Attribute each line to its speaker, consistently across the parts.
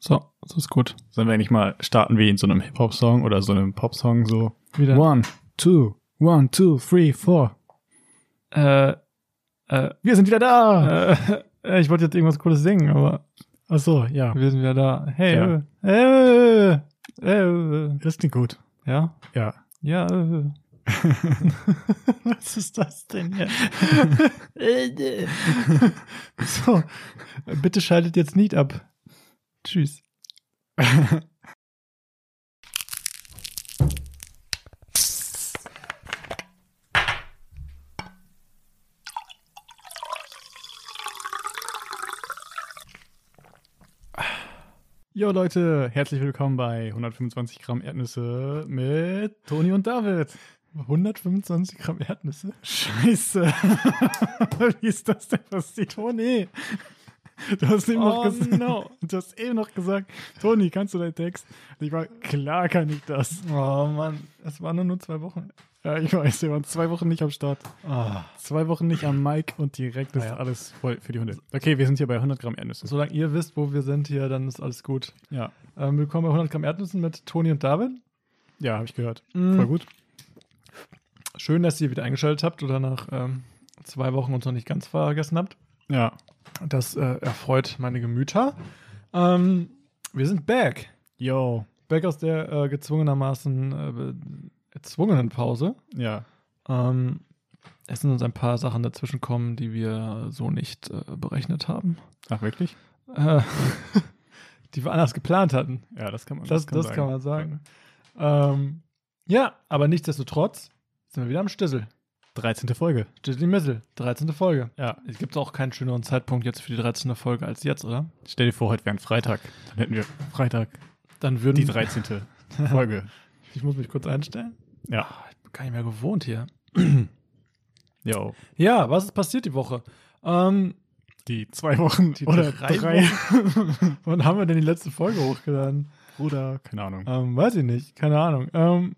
Speaker 1: So, das ist gut.
Speaker 2: Sollen wir eigentlich mal starten wie in so einem Hip-Hop-Song oder so einem Pop-Song so?
Speaker 1: Wieder.
Speaker 2: One, two, one, two, three, four.
Speaker 1: Äh, äh,
Speaker 2: Wir sind wieder da!
Speaker 1: äh, äh, ich wollte jetzt irgendwas Cooles singen, aber
Speaker 2: Ach so, ja.
Speaker 1: wir sind ja da. Hey,
Speaker 2: Ja.
Speaker 1: äh, äh, äh,
Speaker 2: Das klingt gut.
Speaker 1: ja,
Speaker 2: Ja.
Speaker 1: ja, äh. Was ist das denn hier? Äh, äh. so, bitte schaltet jetzt nicht ab. Tschüss.
Speaker 2: Jo Leute, herzlich willkommen bei 125 Gramm Erdnüsse mit Toni und David.
Speaker 1: 125 Gramm Erdnüsse.
Speaker 2: Scheiße. wie ist das denn passiert? Toni! Du hast eben noch
Speaker 1: Oh
Speaker 2: gesagt.
Speaker 1: no.
Speaker 2: Du hast eben noch gesagt, Toni, kannst du deinen Text? Und ich war, klar kann ich das.
Speaker 1: Oh Mann, es waren nur, nur zwei Wochen.
Speaker 2: Ja, ich weiß, wir waren zwei Wochen nicht am Start.
Speaker 1: Ah.
Speaker 2: Zwei Wochen nicht am Mic und direkt ist
Speaker 1: Ah ja.
Speaker 2: alles voll für die Hunde. Okay, wir sind hier bei 100 Gramm Erdnüsse.
Speaker 1: Solange ihr wisst, wo wir sind hier, dann ist alles gut.
Speaker 2: Ja,
Speaker 1: Ähm, willkommen bei 100 Gramm Erdnüssen mit Toni und David.
Speaker 2: ja, habe ich gehört.
Speaker 1: Mm.
Speaker 2: Voll gut.
Speaker 1: Schön, dass ihr wieder eingeschaltet habt oder nach ähm, zwei Wochen uns noch nicht ganz vergessen habt.
Speaker 2: Ja,
Speaker 1: Das äh, erfreut meine Gemüter. Ähm, wir sind back.
Speaker 2: yo.
Speaker 1: Back aus der äh, gezwungenermaßen äh, be- erzwungenen Pause.
Speaker 2: Ja,
Speaker 1: Ähm, es sind uns ein paar Sachen dazwischen kommen, die wir so nicht äh, berechnet haben.
Speaker 2: ach wirklich?
Speaker 1: Äh, die wir anders geplant hatten.
Speaker 2: Ja, das kann man
Speaker 1: Das, das, kann, man sagen. Ähm, ja, aber nichtsdestotrotz sind wir wieder am Stissel.
Speaker 2: 13. Folge.
Speaker 1: Stissel Missel, 13. Folge.
Speaker 2: Ja,
Speaker 1: Es gibt auch keinen schöneren Zeitpunkt jetzt für die 13. Folge als jetzt, oder?
Speaker 2: stell dir vor, heute wäre ein Freitag. Dann hätten wir Freitag
Speaker 1: Dann würden
Speaker 2: die 13. Folge.
Speaker 1: Ich muss mich kurz einstellen.
Speaker 2: Ja,
Speaker 1: Ich bin gar nicht mehr gewohnt hier.
Speaker 2: yo.
Speaker 1: Ja, was ist passiert die Woche? Ähm,
Speaker 2: Die zwei Wochen
Speaker 1: Die
Speaker 2: oder
Speaker 1: drei
Speaker 2: drei,
Speaker 1: wann haben wir denn die letzte Folge hochgeladen?
Speaker 2: Bruder, keine Ahnung.
Speaker 1: Ähm, weiß ich nicht, keine Ahnung. Ähm,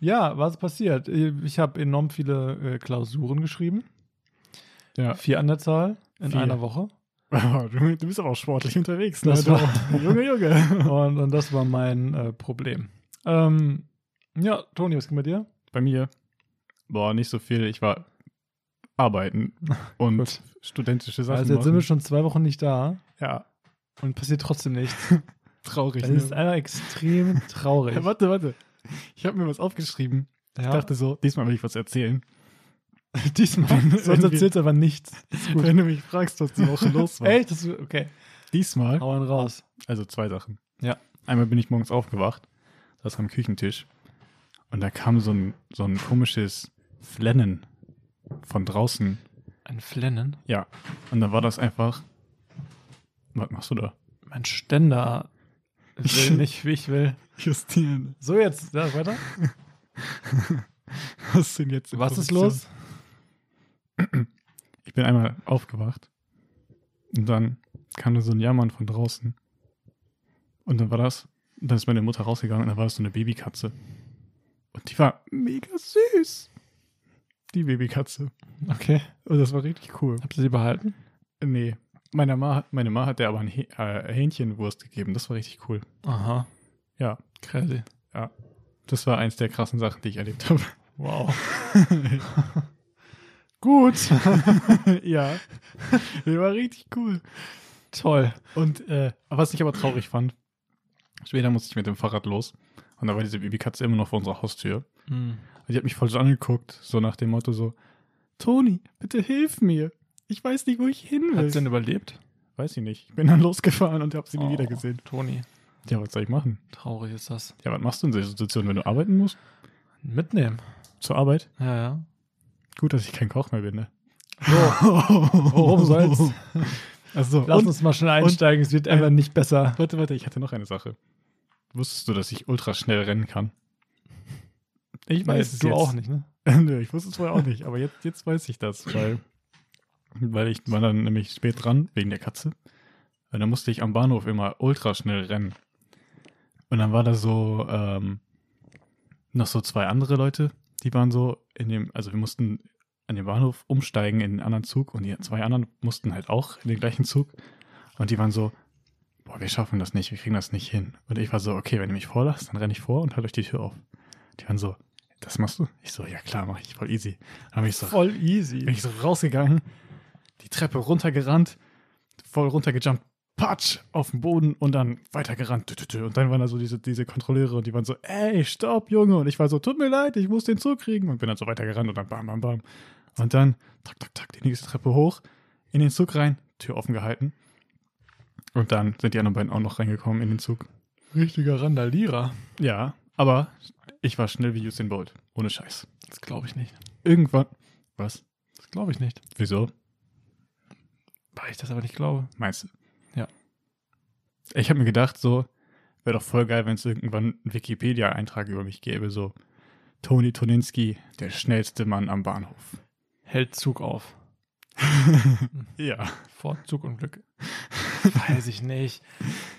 Speaker 1: ja, was ist passiert? Ich habe enorm viele äh, Klausuren geschrieben.
Speaker 2: Ja.
Speaker 1: Vier an der Zahl in
Speaker 2: Vier.
Speaker 1: einer Woche.
Speaker 2: Du, du bist aber auch sportlich unterwegs. ne?
Speaker 1: Das
Speaker 2: du.
Speaker 1: war-
Speaker 2: Junge, Junge.
Speaker 1: Und, und das war mein äh, Problem. Ähm, ja, Toni, was ging bei dir?
Speaker 2: Bei mir, boah, nicht so viel. Ich war arbeiten und
Speaker 1: Gut.
Speaker 2: studentische Sachen
Speaker 1: also jetzt sind wir
Speaker 2: machen.
Speaker 1: schon zwei Wochen nicht da
Speaker 2: Ja,
Speaker 1: und passiert trotzdem nichts.
Speaker 2: traurig.
Speaker 1: Das
Speaker 2: ne?
Speaker 1: ist einfach extrem traurig.
Speaker 2: Ja, warte, warte. Ich habe mir was aufgeschrieben.
Speaker 1: Ja.
Speaker 2: Ich dachte so, diesmal will ich was erzählen.
Speaker 1: diesmal. Sonst
Speaker 2: Irgendwie.
Speaker 1: erzählst du aber nichts.
Speaker 2: Wenn du mich fragst, was die Woche los war.
Speaker 1: Echt? Das, okay.
Speaker 2: Diesmal,
Speaker 1: Hauen raus.
Speaker 2: also zwei Sachen.
Speaker 1: Ja.
Speaker 2: Einmal bin ich morgens aufgewacht, saß am Küchentisch und da kam so ein, so ein komisches Flennen von draußen.
Speaker 1: Ein Flennen?
Speaker 2: Ja. Und dann war das einfach. Was machst du da?
Speaker 1: Mein Ständer will nicht, wie ich will.
Speaker 2: Justin,
Speaker 1: So, jetzt, ja, weiter.
Speaker 2: was ist denn jetzt? in
Speaker 1: Was ist
Speaker 2: Position?
Speaker 1: los?
Speaker 2: Ich bin einmal aufgewacht und dann kam da so ein Jammern von draußen. Und dann war das, dann ist meine Mutter rausgegangen und dann war das so eine Babykatze. Und die war mega süß. Die Babykatze.
Speaker 1: Okay.
Speaker 2: Und das war richtig cool.
Speaker 1: Habt ihr sie behalten?
Speaker 2: Nee, meine Ma, meine Ma hat der aber ein Häh- äh, Hähnchenwurst gegeben. Das war richtig cool.
Speaker 1: Aha.
Speaker 2: Ja,
Speaker 1: Crazy.
Speaker 2: das war eins der krassen Sachen, die ich erlebt habe.
Speaker 1: Wow.
Speaker 2: Gut. ja, die war richtig cool.
Speaker 1: Toll.
Speaker 2: Und äh, was ich aber traurig fand, später musste ich mit dem Fahrrad los und da war diese Babykatze immer noch vor unserer Haustür.
Speaker 1: Mhm.
Speaker 2: Und die hat mich voll so angeguckt, so nach dem Motto so, Toni, bitte hilf mir. Ich weiß nicht, wo ich hin will.
Speaker 1: Hat sie denn überlebt?
Speaker 2: weiß ich nicht. Ich bin dann losgefahren und habe sie nie
Speaker 1: Oh,
Speaker 2: wieder gesehen.
Speaker 1: Toni,
Speaker 2: Ja, was soll ich machen?
Speaker 1: traurig ist das.
Speaker 2: Ja, was machst du in der Situation, wenn du arbeiten musst?
Speaker 1: Mitnehmen.
Speaker 2: Zur Arbeit?
Speaker 1: Ja, ja.
Speaker 2: Gut, dass ich kein Koch mehr bin, ne?
Speaker 1: So,
Speaker 2: Worum
Speaker 1: soll's?
Speaker 2: Achso,
Speaker 1: lass
Speaker 2: und,
Speaker 1: uns mal schnell einsteigen. es wird einfach nicht besser.
Speaker 2: warte, warte, ich hatte noch eine Sache. Wusstest du, dass ich ultra schnell rennen kann? Ich es
Speaker 1: du
Speaker 2: jetzt.
Speaker 1: auch nicht, ne?
Speaker 2: Nö, ich wusste es vorher auch nicht, aber jetzt, jetzt weiß ich das, weil, weil ich war dann nämlich spät dran, wegen der Katze. Und dann musste ich am Bahnhof immer ultra schnell rennen. Und dann war da so ähm, noch so zwei andere Leute, die waren so in dem, also wir mussten an dem Bahnhof umsteigen in einen anderen Zug und die zwei anderen mussten halt auch in den gleichen Zug. Und die waren so, boah, wir schaffen das nicht, wir kriegen das nicht hin. Und ich war so, okay, wenn ihr mich vorlasst, dann renne ich vor und halte euch die Tür auf. Die waren so, das machst du? Ich so, ja klar, mach ich, voll easy. Dann bin ich so,
Speaker 1: Voll easy.
Speaker 2: bin ich so rausgegangen, die Treppe runtergerannt, voll runtergejumpt, patsch, auf den Boden und dann weitergerannt. tü, tü, tü. Und dann waren da so diese, diese Kontrolleure und die waren so, ey, stopp, Junge. Und ich war so, tut mir leid, ich muss den zukriegen. Und bin dann so weitergerannt und dann bam, bam, bam. Und dann, tak, tak, tak, die nächste Treppe hoch, in den Zug rein, Tür offen gehalten. Und dann sind die anderen beiden auch noch reingekommen in den Zug.
Speaker 1: richtiger Randalierer.
Speaker 2: Ja, aber ich war schnell wie Usain Bolt. Ohne Scheiß.
Speaker 1: Das glaube ich nicht.
Speaker 2: Irgendwann. Was?
Speaker 1: Das glaube ich nicht.
Speaker 2: Wieso?
Speaker 1: Weil ich das aber nicht glaube.
Speaker 2: Meinst du?
Speaker 1: Ja.
Speaker 2: Ich habe mir gedacht, so, wäre doch voll geil, wenn es irgendwann einen Wikipedia-Eintrag über mich gäbe, so Toni Toninski, der schnellste Mann am Bahnhof.
Speaker 1: Hält Zug auf.
Speaker 2: Ja.
Speaker 1: Vor Zugunglück. Weiß ich nicht.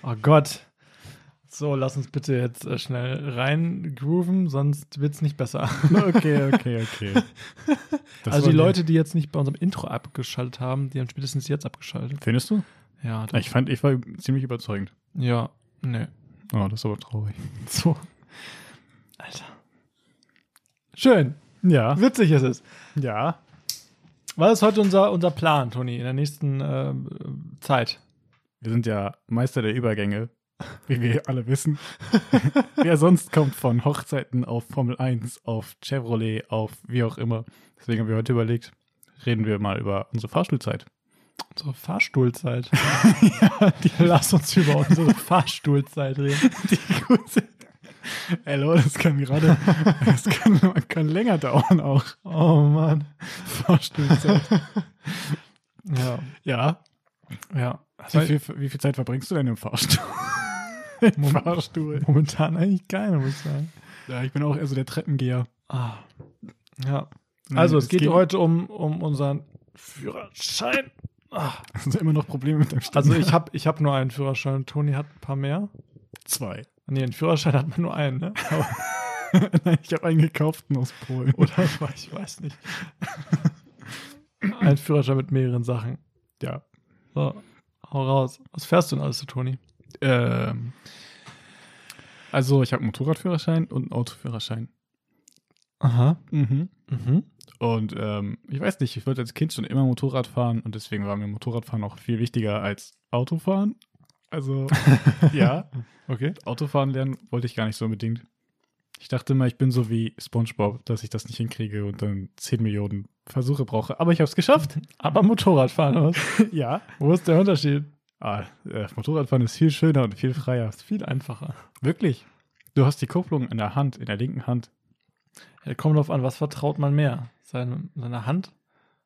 Speaker 1: Oh Gott. So, lass uns bitte jetzt äh, schnell reingrooven, sonst wird's nicht besser.
Speaker 2: Okay, okay, okay. Das
Speaker 1: also die
Speaker 2: war-
Speaker 1: Leute, die jetzt nicht bei unserem Intro abgeschaltet haben, die haben spätestens jetzt abgeschaltet.
Speaker 2: Findest du?
Speaker 1: Ja, das,
Speaker 2: Ich fand, ich war ziemlich überzeugend.
Speaker 1: ja, ne.
Speaker 2: Oh, das ist aber traurig.
Speaker 1: So. Alter. Schön.
Speaker 2: Ja.
Speaker 1: Witzig ist es.
Speaker 2: Ja.
Speaker 1: Was ist heute unser, unser Plan, Toni, in der nächsten äh, Zeit?
Speaker 2: Wir sind ja Meister der Übergänge, wie wir alle wissen. Wer sonst kommt von Hochzeiten auf Formel 1, auf Chevrolet, auf wie auch immer. Deswegen haben wir heute überlegt, reden wir mal über unsere Fahrstuhlzeit.
Speaker 1: Unsere Fahrstuhlzeit. die, lass uns über unsere Fahrstuhlzeit reden.
Speaker 2: Die gute. Hallo, das kann gerade, das kann, kann länger dauern auch.
Speaker 1: Oh Mann.
Speaker 2: Fahrstuhlzeit.
Speaker 1: Ja.
Speaker 2: Ja.
Speaker 1: Ja.
Speaker 2: Wie viel, wie viel Zeit verbringst du denn im Fahrstuhl? Im Fahrstuhl.
Speaker 1: momentan eigentlich keine, muss ich sagen.
Speaker 2: Ja, ich bin auch eher so der Treppengeher.
Speaker 1: Ah. Ja. Also, es, geht,
Speaker 2: heute.
Speaker 1: heute um, um unseren Führerschein. Ah.
Speaker 2: Hast du immer noch Probleme mit deinem Stimme?
Speaker 1: Also, ich habe ich hab nur einen Führerschein. Toni hat ein paar mehr.
Speaker 2: zwei.
Speaker 1: Nee, einen Führerschein hat man nur einen, ne? Aber,
Speaker 2: Nein, ich habe einen gekauften aus Polen.
Speaker 1: oder ich weiß nicht. Ein Führerschein mit mehreren Sachen.
Speaker 2: ja.
Speaker 1: So, hau raus. Was fährst du denn alles, Toni?
Speaker 2: Ähm, also ich habe einen Motorradführerschein und einen Autoführerschein.
Speaker 1: Aha.
Speaker 2: Mhm.
Speaker 1: Mhm.
Speaker 2: Und ähm, ich weiß nicht, ich wollte als Kind schon immer Motorrad fahren und deswegen war mir Motorradfahren auch viel wichtiger als Autofahren. Also ja,
Speaker 1: Okay.
Speaker 2: Autofahren lernen wollte ich gar nicht so unbedingt. Ich dachte immer, ich bin so wie SpongeBob, dass ich das nicht hinkriege und dann 10 Millionen Versuche brauche. Aber ich habe es geschafft.
Speaker 1: Aber Motorradfahren, was?
Speaker 2: ja.
Speaker 1: Wo ist der Unterschied?
Speaker 2: Ah, äh, Motorradfahren ist viel schöner und viel freier.
Speaker 1: Ist viel einfacher.
Speaker 2: Wirklich. Du hast die Kupplung in der Hand, in der linken Hand.
Speaker 1: Ja, kommt drauf an, was vertraut man mehr? Seine, seiner Hand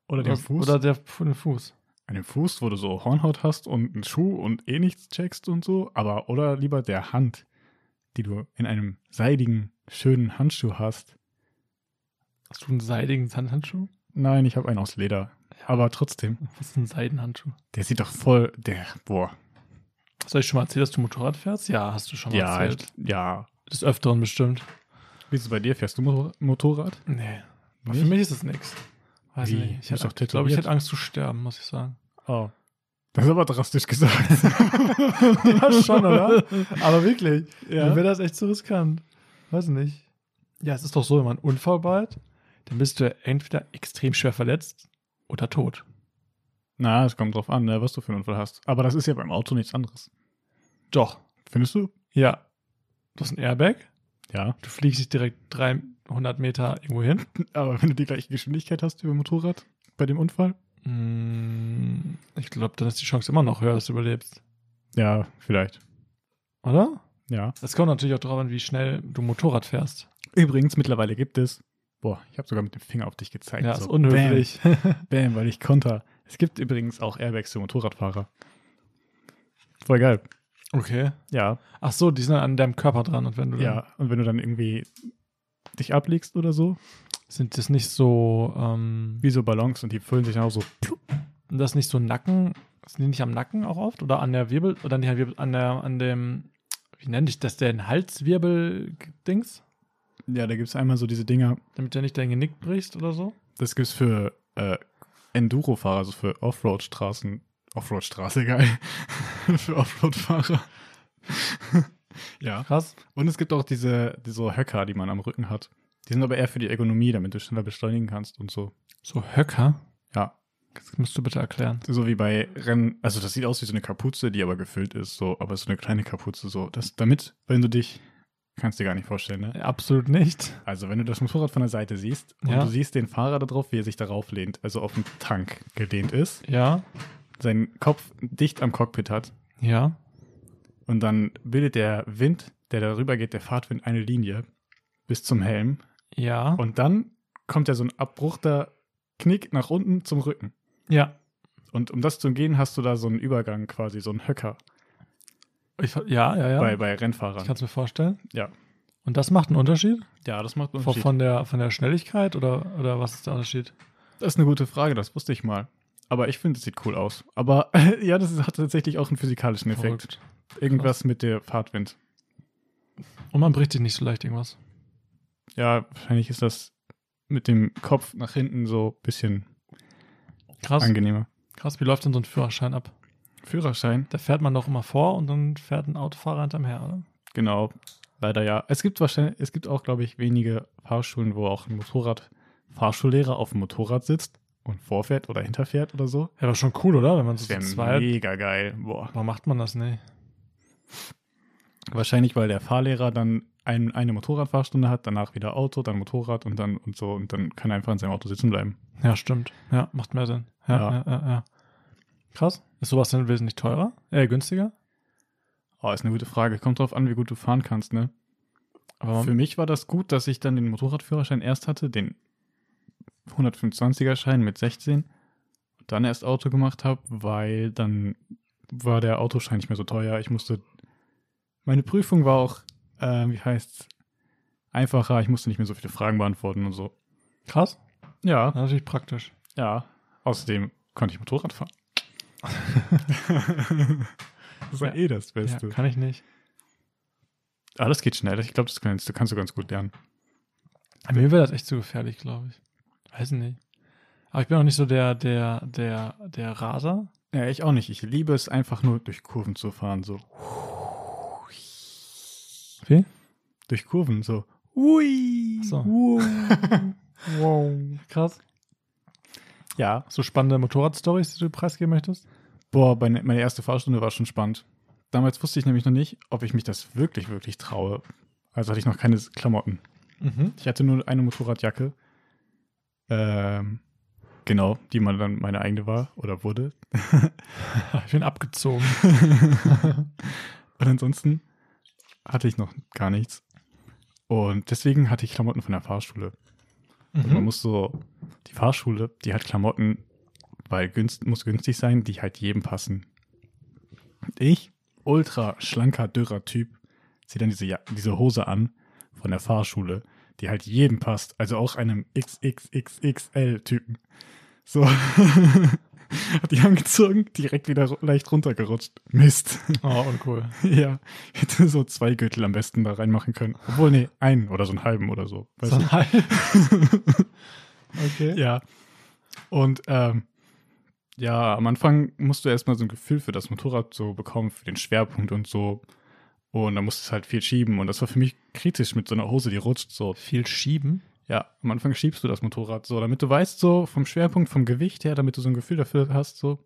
Speaker 2: Oder dem Fuß.
Speaker 1: Oder der, dem Fuß.
Speaker 2: An dem Fuß, wo du so Hornhaut hast und einen Schuh und eh nichts checkst und so. Aber oder lieber der Hand, die du in einem seidigen, schönen Handschuh hast.
Speaker 1: Hast du einen seidigen Sandhandschuh?
Speaker 2: Nein, ich habe einen aus Leder. Aber trotzdem,
Speaker 1: Was ist ein Seidenhandschuh?
Speaker 2: der sieht doch voll, der, boah.
Speaker 1: Soll ich schon mal erzählen, dass du Motorrad fährst? Ja, hast du schon mal
Speaker 2: Ja,
Speaker 1: erzählt.
Speaker 2: ich, ja.
Speaker 1: Des Öfteren bestimmt.
Speaker 2: Wie ist es bei dir? Fährst du Motor- Motorrad?
Speaker 1: Nee. Aber
Speaker 2: Nicht?
Speaker 1: Für mich ist es nichts. Weiß
Speaker 2: Wie?
Speaker 1: nicht. Ich,
Speaker 2: Du bist
Speaker 1: hätte-
Speaker 2: doch
Speaker 1: ich glaube, ich
Speaker 2: tätowiert.
Speaker 1: hätte Angst zu sterben, muss ich sagen.
Speaker 2: Oh. Das ist aber drastisch gesagt.
Speaker 1: ja, schon, oder? Aber wirklich.
Speaker 2: Ja.
Speaker 1: Dann wäre das echt zu riskant. Weiß nicht. Ja, es ist doch so, wenn man einen Unfall baut, dann bist du entweder extrem schwer verletzt oder tot.
Speaker 2: Na, es kommt drauf an, ne, was du für einen Unfall hast. Aber das ist ja beim Auto nichts anderes.
Speaker 1: Doch.
Speaker 2: Findest du?
Speaker 1: Ja. Du hast ein Airbag,
Speaker 2: Ja.
Speaker 1: du fliegst nicht direkt 300 Meter irgendwo hin.
Speaker 2: Aber wenn du die gleiche Geschwindigkeit hast wie beim Motorrad, bei dem Unfall?
Speaker 1: Mm, Ich glaube, dann ist die Chance immer noch höher, dass du überlebst.
Speaker 2: Ja, vielleicht.
Speaker 1: Oder?
Speaker 2: Ja.
Speaker 1: Es kommt natürlich auch darauf an, wie schnell du Motorrad fährst.
Speaker 2: Übrigens, mittlerweile gibt es. Boah, ich habe sogar mit dem Finger auf dich gezeigt.
Speaker 1: Ja,
Speaker 2: So,
Speaker 1: ist unhöflich.
Speaker 2: Bam, bam, weil ich konter. Es gibt übrigens auch Airbags für Motorradfahrer. Voll geil.
Speaker 1: Okay.
Speaker 2: Ja,
Speaker 1: Ach so, die sind dann an deinem Körper dran und wenn du dann-
Speaker 2: ja. Und wenn du dann irgendwie dich ablegst oder so,
Speaker 1: sind das nicht so ähm,
Speaker 2: wie so Ballons und die füllen sich dann auch so.
Speaker 1: Und das nicht so Nacken, sind die nicht am Nacken auch oft? Oder an der Wirbel, oder nicht an der Wirbel, an der, an dem, wie nenne ich das denn, Halswirbel-Dings?
Speaker 2: Ja, da gibt es einmal so diese Dinger.
Speaker 1: Damit der nicht dein Genick brichst oder so?
Speaker 2: Das gibt's für äh, Enduro-Fahrer, also für Offroad-Straßen. Offroad-Straße, geil. für Offroad-Fahrer. ja.
Speaker 1: Krass.
Speaker 2: Und es gibt auch diese, diese Höcker, die man am Rücken hat. Die sind aber eher für die Ergonomie, damit du schneller beschleunigen kannst und so.
Speaker 1: So Höcker?
Speaker 2: Ja.
Speaker 1: Das musst du bitte erklären.
Speaker 2: So wie bei Rennen, also das sieht aus wie so eine Kapuze, die aber gefüllt ist, so, aber so eine kleine Kapuze, so. Das, damit, wenn du dich, kannst dir gar nicht vorstellen, ne?
Speaker 1: Absolut nicht.
Speaker 2: Also wenn du das Motorrad von der Seite siehst und
Speaker 1: Ja.
Speaker 2: du siehst den Fahrer da drauf, wie er sich darauf lehnt, also auf den Tank gelehnt ist,
Speaker 1: Ja,
Speaker 2: seinen Kopf dicht am Cockpit hat
Speaker 1: ja.
Speaker 2: und dann bildet der Wind, der darüber geht, der Fahrtwind eine Linie bis zum Helm
Speaker 1: Ja.
Speaker 2: und dann kommt ja so ein abbruchter Knick nach unten zum Rücken.
Speaker 1: ja.
Speaker 2: Und um das zu umgehen, hast du da so einen Übergang quasi, so einen Höcker
Speaker 1: Ich, ja, ja, ja.
Speaker 2: bei, bei
Speaker 1: ich
Speaker 2: Rennfahrern.
Speaker 1: kann es mir vorstellen.
Speaker 2: Ja.
Speaker 1: Und das macht einen Unterschied?
Speaker 2: Ja, das macht einen
Speaker 1: Von,
Speaker 2: Unterschied.
Speaker 1: von, der, von der Schnelligkeit oder, oder was ist der Unterschied?
Speaker 2: Das ist eine gute Frage, das wusste ich mal. Aber ich finde, es sieht cool aus. Aber ja, das ist, hat tatsächlich auch einen physikalischen Effekt.
Speaker 1: Verrückt.
Speaker 2: Irgendwas mit der Fahrtwind.
Speaker 1: Und man bricht sich nicht so leicht irgendwas.
Speaker 2: Ja, wahrscheinlich ist das mit dem Kopf nach hinten so ein bisschen
Speaker 1: Krass.
Speaker 2: angenehmer.
Speaker 1: Krass, wie läuft denn so ein Führerschein ab?
Speaker 2: Führerschein,
Speaker 1: Da fährt man doch immer vor und dann fährt ein Autofahrer hinterm her, oder?
Speaker 2: genau. Leider ja. Es gibt wahrscheinlich, es gibt auch, glaube ich, wenige Fahrschulen, wo auch ein Motorrad, Fahrschullehrer auf dem Motorrad sitzt und vorfährt oder hinterfährt oder so.
Speaker 1: Ja, war schon cool, oder? Wenn man so
Speaker 2: Das
Speaker 1: zu
Speaker 2: wäre
Speaker 1: zweit.
Speaker 2: mega geil. Boah.
Speaker 1: Warum macht man das nicht?
Speaker 2: Wahrscheinlich, weil der Fahrlehrer dann ein, eine Motorradfahrstunde hat, danach wieder Auto, dann Motorrad und dann und so und dann kann er einfach in seinem Auto sitzen bleiben.
Speaker 1: Ja, stimmt. Ja, macht mehr Sinn. Ja, ja,
Speaker 2: Ja.
Speaker 1: ja. ja. Krass. Ist sowas denn wesentlich teurer? Äh, günstiger?
Speaker 2: Oh, ist eine gute Frage. Kommt drauf an, wie gut du fahren kannst, ne?
Speaker 1: Aber man,
Speaker 2: Für mich war das gut, dass ich dann den Motorradführerschein erst hatte, den 125er-Schein mit 16, und dann erst Auto gemacht habe, weil dann war der Autoschein nicht mehr so teuer. Ich musste. Meine Prüfung war auch, äh, wie heißt's, einfacher. Ich musste nicht mehr so viele Fragen beantworten und so.
Speaker 1: krass.
Speaker 2: Ja,
Speaker 1: Ja, natürlich praktisch.
Speaker 2: ja. Außerdem konnte ich Motorrad fahren. das war
Speaker 1: Ja.
Speaker 2: eh das
Speaker 1: Ja,
Speaker 2: Beste.
Speaker 1: kann ich nicht.
Speaker 2: ah, das geht schnell. Ich glaube, das kannst, du- kannst du ganz gut lernen.
Speaker 1: Mir wäre das echt zu gefährlich, glaube ich. Weiß nicht. Aber ich bin auch nicht so der, der, der, der Raser.
Speaker 2: Ja, ich auch nicht. Ich liebe es einfach nur durch Kurven zu fahren, so.
Speaker 1: Wie?
Speaker 2: Durch Kurven, so. Ui.
Speaker 1: Ach so.
Speaker 2: So.
Speaker 1: Wow. Krass.
Speaker 2: ja.
Speaker 1: So spannende Motorradstories, die du preisgeben möchtest?
Speaker 2: Boah, meine, meine erste Fahrstunde war schon spannend. Damals wusste ich nämlich noch nicht, ob ich mich das wirklich, wirklich traue. Also hatte ich noch keine Klamotten.
Speaker 1: Mhm.
Speaker 2: Ich hatte nur eine Motorradjacke. Ähm, genau, die man dann meine eigene war oder wurde.
Speaker 1: Ich bin abgezogen.
Speaker 2: Und ansonsten hatte ich noch gar nichts. Und deswegen hatte ich Klamotten von der Fahrschule. Also
Speaker 1: Mhm.
Speaker 2: man muss so, die Fahrschule, die hat Klamotten, weil günst, muss günstig sein, die halt jedem passen. Und ich, ultra schlanker, dürrer Typ, zieh dann diese, Ja- diese Hose an von der Fahrschule, die halt jedem passt, also auch einem XXXXL-Typen. So, hab die angezogen, direkt wieder ru- leicht runtergerutscht. Mist.
Speaker 1: Oh, uncool.
Speaker 2: ja, hätte so zwei Gürtel am besten da reinmachen können. Obwohl, nee, einen oder so einen halben oder so. Weißt
Speaker 1: So
Speaker 2: du?
Speaker 1: ein Hai. okay.
Speaker 2: Ja. Und ähm, ja, am Anfang musst du erstmal so ein Gefühl für das Motorrad so bekommen, für den Schwerpunkt und so. Und dann musst du es halt viel schieben. Und das war für mich kritisch mit so einer Hose, die rutscht so.
Speaker 1: Viel schieben.
Speaker 2: Ja, am Anfang schiebst du das Motorrad so, damit du weißt, so vom Schwerpunkt, vom Gewicht her, damit du so ein Gefühl dafür hast, so.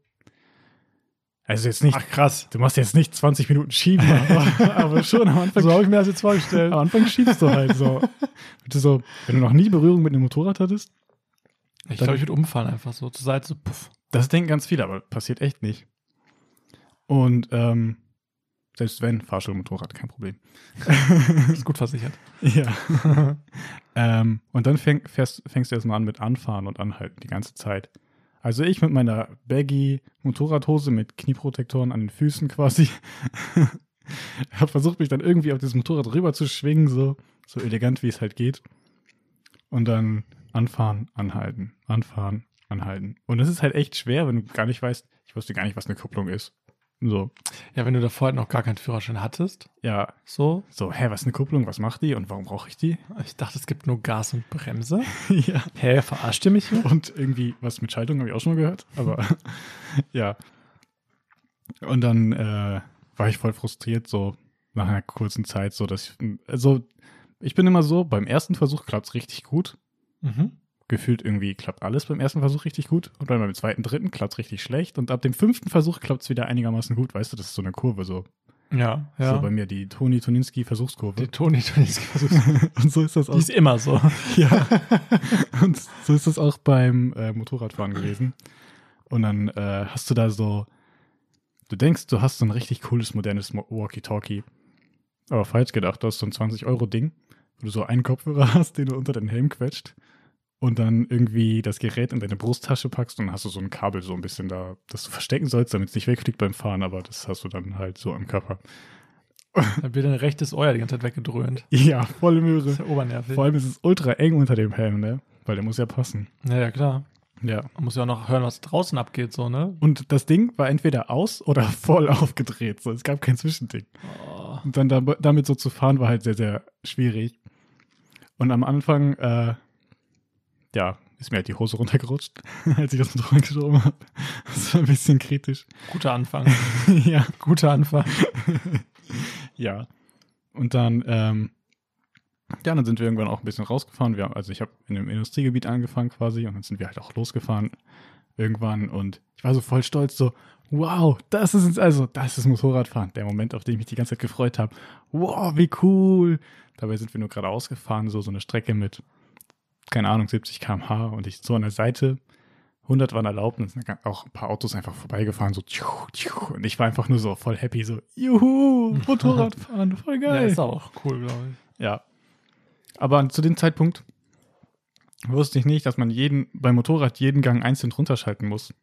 Speaker 2: Also jetzt nicht,
Speaker 1: krass.
Speaker 2: du machst jetzt nicht 20 Minuten schieben, aber, aber schon am Anfang
Speaker 1: So habe ich mir das jetzt vorgestellt.
Speaker 2: am Anfang schiebst du halt so. Bitte so, wenn du noch nie Berührung mit einem Motorrad hattest,
Speaker 1: Ich glaube, ich würde umfallen einfach so. Zur Seite so, puff.
Speaker 2: Das denken ganz viele, aber passiert echt nicht. Und ähm, selbst wenn, Fahrschulmotorrad, kein Problem.
Speaker 1: Ist gut versichert.
Speaker 2: Ja. ähm, und dann fäng, fährst, fängst du erstmal an mit Anfahren und Anhalten die ganze Zeit. Also ich mit meiner baggy Motorradhose mit Knieprotektoren an den Füßen quasi. habe versucht, mich dann irgendwie auf dieses Motorrad rüber zu schwingen, so, so elegant wie es halt geht. Und dann anfahren, anhalten, anfahren, anhalten. Und das ist halt echt schwer, wenn du gar nicht weißt, ich wusste gar nicht, was eine Kupplung ist. So,
Speaker 1: Ja, wenn du da vorher noch gar keinen Führerschein hattest,
Speaker 2: ja,
Speaker 1: so.
Speaker 2: so, hä, was ist eine Kupplung, was macht die und warum brauche ich die?
Speaker 1: Ich dachte, es gibt nur Gas und Bremse.
Speaker 2: ja.
Speaker 1: Hä, verarscht ihr mich hier?
Speaker 2: Und irgendwie was mit Schaltung habe ich auch schon mal gehört, aber ja. Und dann äh, war ich voll frustriert, so nach einer kurzen Zeit, so dass ich, also ich bin immer so, beim ersten Versuch klappt es richtig gut.
Speaker 1: Mhm.
Speaker 2: Gefühlt irgendwie klappt alles beim ersten Versuch richtig gut. Und dann beim zweiten, dritten klappt es richtig schlecht. Und ab dem fünften Versuch klappt es wieder einigermaßen gut. Weißt du, das ist so eine Kurve, so.
Speaker 1: Ja, ja.
Speaker 2: So bei mir die Toni Toninski Versuchskurve.
Speaker 1: die Toni Toninski versucht.
Speaker 2: und so ist das
Speaker 1: Die ist immer so.
Speaker 2: ja. Und so ist das auch beim äh, Motorradfahren gewesen. Und dann äh, hast du da so, du denkst, du hast so ein richtig cooles, modernes Mo- Walkie-Talkie. Aber falsch gedacht, du hast so ein 20-Euro-Ding, wo du so einen Kopfhörer hast, den du unter den Helm quetscht und dann irgendwie das Gerät in deine Brusttasche packst und dann hast du so ein Kabel so ein bisschen da, das du verstecken sollst, damit es nicht wegfliegt beim Fahren, aber das hast du dann halt so am Körper.
Speaker 1: Da wird ein rechtes Euer die ganze Zeit weggedröhnt.
Speaker 2: Ja, volle Möhre.
Speaker 1: Das ist ja obernervig.
Speaker 2: Vor allem ist es ultra eng unter dem Helm, ne? Weil der muss ja passen.
Speaker 1: Ja, ja, klar.
Speaker 2: Ja.
Speaker 1: Man muss ja auch noch hören, was draußen abgeht, so, ne?
Speaker 2: Und das Ding war entweder aus oder voll aufgedreht. So, es gab kein Zwischending.
Speaker 1: Oh.
Speaker 2: Und dann dab- damit so zu fahren, war halt sehr, sehr schwierig. Und am Anfang, äh, ja, ist mir halt die Hose runtergerutscht, als ich das Motorrad geschoben habe. Das war ein bisschen kritisch.
Speaker 1: Guter Anfang.
Speaker 2: ja.
Speaker 1: Guter Anfang.
Speaker 2: Ja. Und dann, ähm, ja, dann sind wir irgendwann auch ein bisschen rausgefahren. Wir haben, also ich habe in einem Industriegebiet angefangen quasi und dann sind wir halt auch losgefahren irgendwann und ich war so voll stolz, so, wow, das ist jetzt also, das ist Motorradfahren. Der Moment, auf den ich mich die ganze Zeit gefreut habe. Wow, wie cool. Dabei sind wir nur gerade ausgefahren, so, so eine Strecke mit, keine Ahnung, 70 km/h und ich so an der Seite. 100 waren erlaubt und es sind auch ein paar Autos einfach vorbeigefahren, so tschu, tschu, und ich war einfach nur so voll happy, so juhu, Motorradfahren, voll
Speaker 1: Ja,
Speaker 2: geil.
Speaker 1: ist auch cool, glaube ich.
Speaker 2: Ja. Aber zu dem Zeitpunkt wusste ich nicht, dass man jeden, beim Motorrad jeden Gang einzeln runterschalten muss.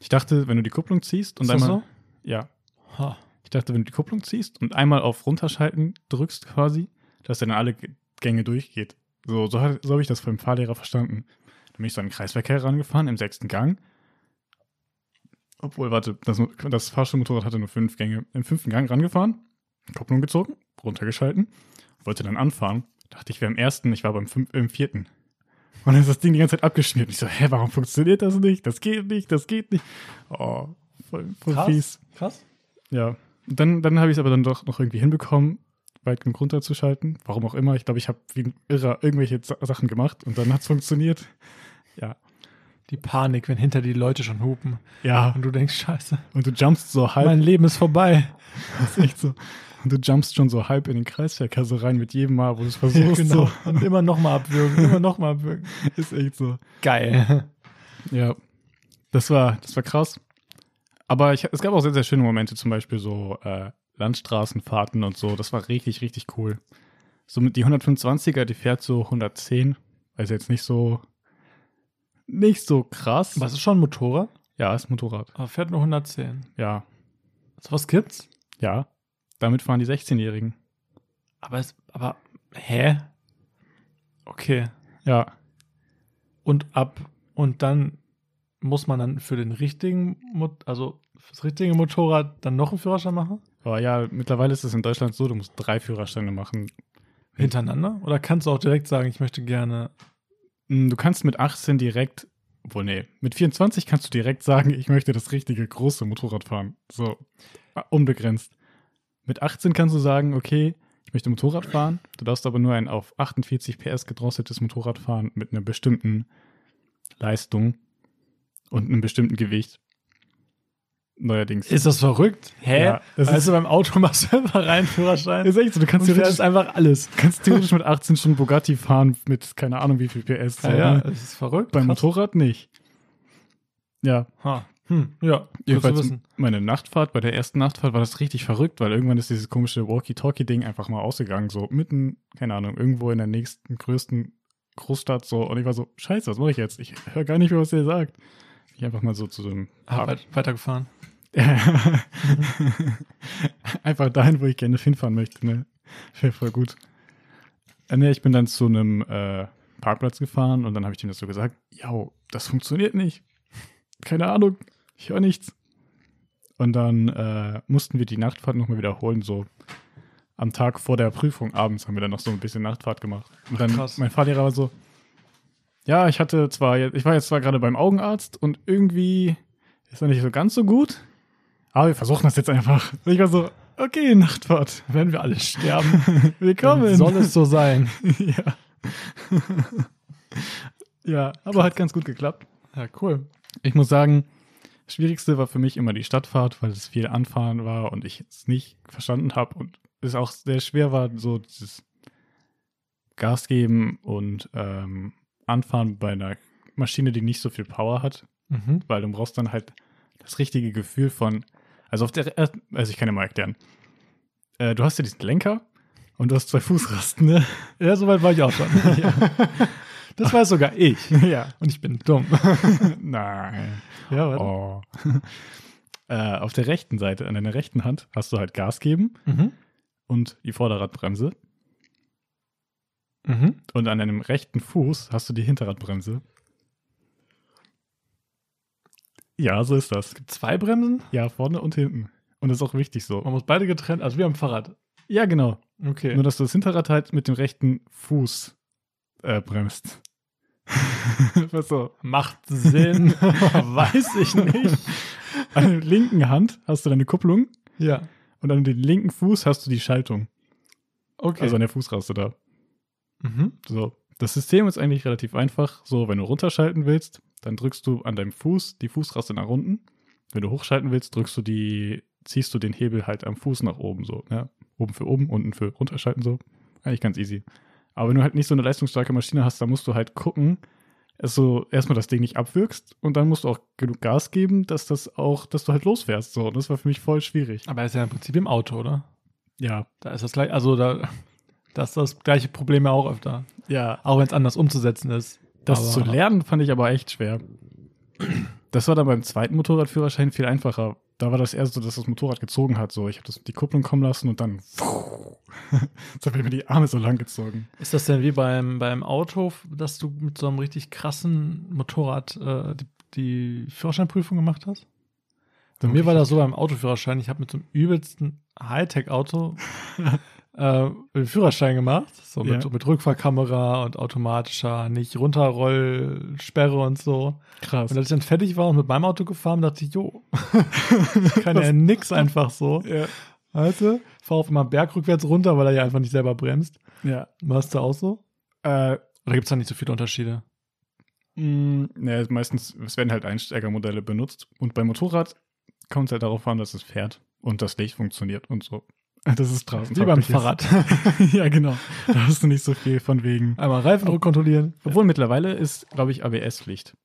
Speaker 2: Ich dachte, wenn du die Kupplung ziehst und
Speaker 1: Ist das
Speaker 2: einmal.
Speaker 1: so?
Speaker 2: Ja.
Speaker 1: Ha.
Speaker 2: Ich dachte, wenn du die Kupplung ziehst und einmal auf runterschalten drückst quasi, dass er dann alle G- Gänge durchgeht. So, so, hat- so habe ich das vom Fahrlehrer verstanden. Dann bin ich so an den Kreisverkehr rangefahren im sechsten Gang. Obwohl, warte, das, das Fahrstuhlmotorrad hatte nur fünf Gänge. Im fünften Gang rangefahren, Kupplung gezogen, runtergeschalten, wollte dann anfahren. Dachte ich wäre im ersten, ich war beim fünf, im vierten. Und dann ist das Ding die ganze Zeit abgeschmiert. Und ich so, hä, warum funktioniert das nicht? Das geht nicht, das geht nicht. Oh, voll, voll fies.
Speaker 1: Krass.
Speaker 2: Ja, Und dann, dann habe ich es aber dann doch noch irgendwie hinbekommen, weit genug runterzuschalten. Warum auch immer. Ich glaube, ich habe wie ein Irrer irgendwelche Sa- Sachen gemacht und dann hat es funktioniert. Ja.
Speaker 1: Die Panik, wenn hinter dir die Leute schon hupen
Speaker 2: Ja.
Speaker 1: und du denkst, scheiße,
Speaker 2: Und du jumpst so halb.
Speaker 1: mein Leben ist vorbei.
Speaker 2: Das ist echt so. Und du jumpst schon so halb in den Kreisverkehr so rein mit jedem Mal, wo du es versuchst.
Speaker 1: genau. Und immer nochmal abwürgen, immer nochmal abwürgen.
Speaker 2: so. Ist echt so.
Speaker 1: Geil.
Speaker 2: Ja. Das war, das war krass. Aber ich, es gab auch sehr, sehr schöne Momente, zum Beispiel so äh, Landstraßenfahrten und so. Das war richtig, richtig cool. So mit die 125er, die fährt so 110. Also jetzt nicht so, nicht so krass.
Speaker 1: Was ist schon ein Motorrad?
Speaker 2: Ja, ist Motorrad.
Speaker 1: Aber fährt nur 110.
Speaker 2: Ja,
Speaker 1: So was gibt's?
Speaker 2: ja. Damit fahren die 16-Jährigen.
Speaker 1: Aber es, aber, hä? Okay.
Speaker 2: Ja,
Speaker 1: Und ab, und dann muss man dann für den richtigen, Mot also fürs richtige Motorrad dann noch einen Führerschein machen?
Speaker 2: aber ja, mittlerweile ist es in Deutschland so, du musst drei Führerscheine machen.
Speaker 1: Hintereinander? Oder kannst du auch direkt sagen, ich möchte gerne.
Speaker 2: Hm, Du kannst mit 18 direkt, wohl nee, mit 24 kannst du direkt sagen, ich möchte das richtige große Motorrad fahren. So, äh, unbegrenzt. Mit 18 kannst du sagen, okay, ich möchte Motorrad fahren. Du darfst aber nur ein auf 48 PS gedrosseltes Motorrad fahren mit einer bestimmten Leistung und einem bestimmten Gewicht. Neuerdings.
Speaker 1: Ist das verrückt? Hä?
Speaker 2: Ja, das ist-
Speaker 1: also beim Auto machst du einfach rein Führerschein.
Speaker 2: Ist echt so, du kannst
Speaker 1: und
Speaker 2: theoretisch,
Speaker 1: fährst einfach alles.
Speaker 2: kannst theoretisch mit 18 schon Bugatti fahren mit keine Ahnung wie viel PS. so,
Speaker 1: Ja, ja,
Speaker 2: ne?
Speaker 1: es ist verrückt.
Speaker 2: Beim
Speaker 1: Krass.
Speaker 2: Motorrad nicht. Ja,
Speaker 1: Ha. Hm, ja, gut zu
Speaker 2: Jedenfalls
Speaker 1: wissen.
Speaker 2: meine Nachtfahrt, bei der ersten Nachtfahrt war das richtig verrückt, weil irgendwann ist dieses komische Walkie-Talkie-Ding einfach mal ausgegangen, so mitten, keine Ahnung, irgendwo in der nächsten größten Großstadt so. Und ich war so, scheiße, was mache ich jetzt? Ich höre gar nicht mehr, was der sagt. Ich einfach mal so zu so einem
Speaker 1: Ah, weit, weitergefahren.
Speaker 2: einfach dahin, wo ich gerne hinfahren möchte. Ne? Wäre voll gut. Äh, Ne, ich bin dann zu einem äh, Parkplatz gefahren und dann habe ich ihm das so gesagt: Ja, das funktioniert nicht. Keine Ahnung, ich höre nichts. Und dann äh, mussten wir die Nachtfahrt nochmal wiederholen. So am Tag vor der Prüfung abends haben wir dann noch so ein bisschen Nachtfahrt gemacht. Und dann
Speaker 1: krass.
Speaker 2: mein Fahrlehrer war so: Ja, ich hatte zwar, jetzt- ich war jetzt zwar gerade beim Augenarzt und irgendwie ist er nicht so ganz so gut. Aber wir versuchen das jetzt einfach. Und ich war so, okay, Nachtfahrt.
Speaker 1: Wenn wir alle sterben,
Speaker 2: Willkommen.
Speaker 1: dann soll es so sein.
Speaker 2: ja. ja, aber hat ganz gut geklappt.
Speaker 1: Ja, cool.
Speaker 2: Ich muss sagen, das Schwierigste war für mich immer die Stadtfahrt, weil es viel Anfahren war und ich es nicht verstanden habe und es auch sehr schwer war, so dieses Gas geben und ähm, Anfahren bei einer Maschine, die nicht so viel Power hat,
Speaker 1: Mhm.
Speaker 2: weil du brauchst dann halt das richtige Gefühl von, also auf der, ersten- also ich kann dir mal erklären, äh, du hast ja diesen Lenker und du hast zwei Fußrasten, ne?
Speaker 1: Ja, soweit war ich auch schon. Das weiß sogar ich.
Speaker 2: ja.
Speaker 1: Und ich bin dumm.
Speaker 2: Nein.
Speaker 1: Ja, warte.
Speaker 2: Oh. äh, auf der rechten Seite, an deiner rechten Hand, hast du halt Gas geben
Speaker 1: Mhm.
Speaker 2: und die Vorderradbremse.
Speaker 1: Mhm.
Speaker 2: Und an deinem rechten Fuß hast du die Hinterradbremse. Ja, so ist das.
Speaker 1: Zwei Bremsen?
Speaker 2: Ja, vorne und hinten. Und das ist auch wichtig so.
Speaker 1: Man muss beide getrennt, also wir haben Fahrrad.
Speaker 2: Ja, genau.
Speaker 1: Okay.
Speaker 2: Nur, dass du das Hinterrad halt mit dem rechten Fuß äh, bremst. Was so?
Speaker 1: Macht Sinn. Weiß ich nicht.
Speaker 2: An der linken Hand hast du deine Kupplung
Speaker 1: Ja.
Speaker 2: und an den linken Fuß hast du die Schaltung.
Speaker 1: Okay.
Speaker 2: Also an der Fußraste da.
Speaker 1: mhm.
Speaker 2: So, das System ist eigentlich relativ einfach. So, wenn du runterschalten willst, dann drückst du an deinem Fuß die Fußraste nach unten. Wenn du hochschalten willst, drückst du die, ziehst du den Hebel halt am Fuß nach oben so. Ne? Oben für oben, unten für runterschalten so. Eigentlich ganz easy. Aber wenn du halt nicht so eine leistungsstarke Maschine hast, dann musst du halt gucken, dass du erstmal das Ding nicht abwirkst und dann musst du auch genug Gas geben, dass das auch, dass du halt losfährst. So, und das war für mich voll schwierig.
Speaker 1: Aber ist ja im Prinzip im Auto, oder?
Speaker 2: Ja,
Speaker 1: Da ist das gleich, also da, da ist das gleiche Problem ja auch öfter.
Speaker 2: ja,
Speaker 1: Auch wenn es anders umzusetzen ist.
Speaker 2: Das
Speaker 1: Aber-
Speaker 2: zu lernen fand ich aber echt schwer. Das war dann beim zweiten Motorradführerschein viel einfacher. Da war das erst so, dass das Motorrad gezogen hat. So, ich habe das die Kupplung kommen lassen und dann. Jetzt habe ich mir die Arme so lang gezogen.
Speaker 1: Ist das denn wie beim, beim Auto, dass du mit so einem richtig krassen Motorrad äh, die, die Führerscheinprüfung gemacht hast? Bei mir war das so beim Autoführerschein. Ich habe mit so einem übelsten Hightech-Auto äh, den Führerschein gemacht. So mit,
Speaker 2: Ja.
Speaker 1: mit Rückfahrkamera und automatischer, nicht runterrollsperre und so.
Speaker 2: krass.
Speaker 1: Und als ich dann fertig war und mit meinem Auto gefahren, dachte ich, jo, ich kann ja nix einfach so.
Speaker 2: ja.
Speaker 1: Weißt du? Fahr auf einmal einen Berg rückwärts runter, weil er ja einfach nicht selber bremst.
Speaker 2: ja.
Speaker 1: Warst du auch so?
Speaker 2: Äh,
Speaker 1: Oder gibt es da nicht so viele Unterschiede?
Speaker 2: mh, ne, meistens, es werden halt Einsteigermodelle benutzt. Und beim Motorrad kommt es halt darauf an, dass es fährt und das Licht funktioniert und so. Das ist draußen.
Speaker 1: Wie beim Fahrrad.
Speaker 2: ja, genau. Da hast du nicht so viel von wegen.
Speaker 1: Einmal Reifendruck kontrollieren.
Speaker 2: Obwohl mittlerweile ist, glaube ich, ABS-Pflicht.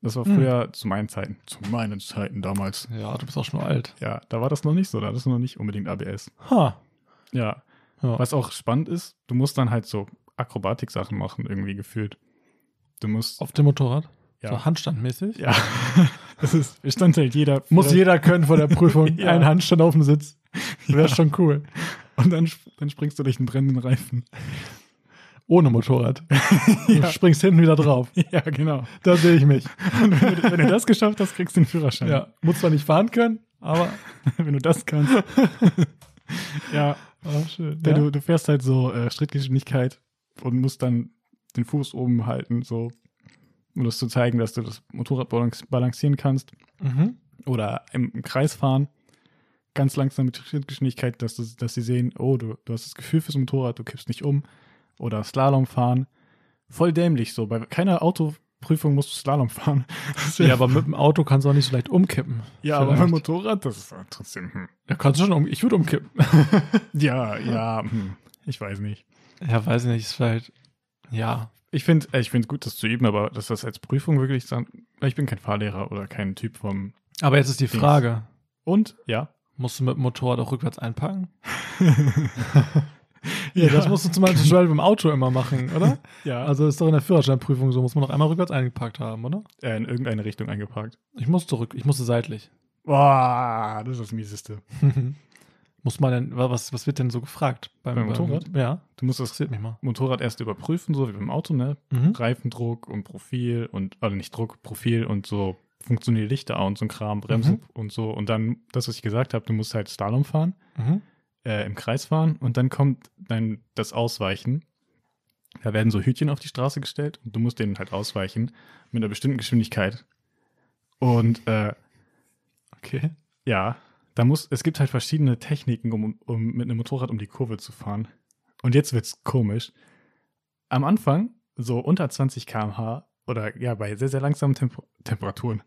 Speaker 2: Das war
Speaker 1: Hm.
Speaker 2: früher zu meinen Zeiten. Zu meinen Zeiten damals.
Speaker 1: Ja, du bist auch schon alt.
Speaker 2: Ja, da war das noch nicht so. Da hattest du noch nicht unbedingt ABS.
Speaker 1: Ha.
Speaker 2: Ja.
Speaker 1: Ja.
Speaker 2: Was auch spannend ist, du musst dann halt so Akrobatik-Sachen machen, irgendwie gefühlt. Du musst.
Speaker 1: Auf dem Motorrad?
Speaker 2: Ja.
Speaker 1: So handstandmäßig?
Speaker 2: ja. das ist Bestandteil jeder.
Speaker 1: Muss jeder können vor der Prüfung.
Speaker 2: Ja.
Speaker 1: Ein Handstand auf dem Sitz. Wäre schon cool.
Speaker 2: Und dann, sp- dann springst du durch einen brennenden Reifen.
Speaker 1: Ohne Motorrad. Du springst hinten wieder drauf.
Speaker 2: ja, genau.
Speaker 1: Da sehe ich mich.
Speaker 2: Und wenn du, wenn du das geschafft hast, kriegst du den Führerschein.
Speaker 1: Ja. Muss zwar nicht fahren können, aber
Speaker 2: Wenn du das kannst. ja.
Speaker 1: oh, schön.
Speaker 2: Ja.
Speaker 1: Ja?
Speaker 2: Du, du fährst halt so äh, Schrittgeschwindigkeit und musst dann den Fuß oben halten, so, um das zu zeigen, dass du das Motorrad balanc- balancieren kannst.
Speaker 1: mhm.
Speaker 2: Oder im, im Kreis fahren. Ganz langsam mit Schrittgeschwindigkeit, dass, du, dass sie sehen, oh, du, du hast das Gefühl fürs Motorrad, du kippst nicht um. Oder Slalom fahren. Voll dämlich so. Bei keiner Autoprüfung musst du Slalom fahren.
Speaker 1: ja, aber mit dem Auto kannst du auch nicht so leicht umkippen.
Speaker 2: ja aber beim
Speaker 1: Vielleicht.
Speaker 2: Motorrad, das ist trotzdem. Hm.
Speaker 1: Ja, kannst du schon um. Ich würde umkippen.
Speaker 2: Ja, ja, hm. ich weiß nicht.
Speaker 1: Ja, weiß ich nicht. Ist vielleicht. Ja.
Speaker 2: Ich finde äh, ich find's gut, das zu üben, aber dass das als Prüfung wirklich dann. Ich bin kein Fahrlehrer oder kein Typ vom.
Speaker 1: Aber jetzt ist die
Speaker 2: Dings.
Speaker 1: Frage:
Speaker 2: Und? Ja.
Speaker 1: Musst du mit dem Motorrad auch rückwärts einpacken?
Speaker 2: Ja,
Speaker 1: Das musst du zum Beispiel beim Auto immer machen, oder?
Speaker 2: Ja.
Speaker 1: Also ist doch in der Führerscheinprüfung so, muss man noch einmal rückwärts eingepackt haben, oder?
Speaker 2: äh, in irgendeine Richtung eingeparkt.
Speaker 1: Ich muss zurück, ich musste seitlich.
Speaker 2: Boah, das ist das Mieseste.
Speaker 1: muss man denn, wa- was, was wird denn so gefragt?
Speaker 2: Beim Motorrad?
Speaker 1: ja,
Speaker 2: Du musst das
Speaker 1: interessiert mich mal.
Speaker 2: Motorrad erst überprüfen, so wie beim Auto, ne? Reifendruck und Profil und, also nicht Druck, Profil und so funktionieren Lichter und so ein Kram, Bremsen und so. Und dann, das, was ich gesagt habe, du musst halt Slalom fahren.
Speaker 1: Mhm.
Speaker 2: äh, im Kreis fahren und dann kommt dann das Ausweichen. Da werden so Hütchen auf die Straße gestellt und du musst denen halt ausweichen mit einer bestimmten Geschwindigkeit. Und äh,
Speaker 1: Okay.
Speaker 2: Ja, da muss, es gibt halt verschiedene Techniken, um, um mit einem Motorrad um die Kurve zu fahren. Und jetzt wird's komisch. Am Anfang, so unter 20 km/h oder ja, bei sehr, sehr langsamen Tempo, Temperaturen,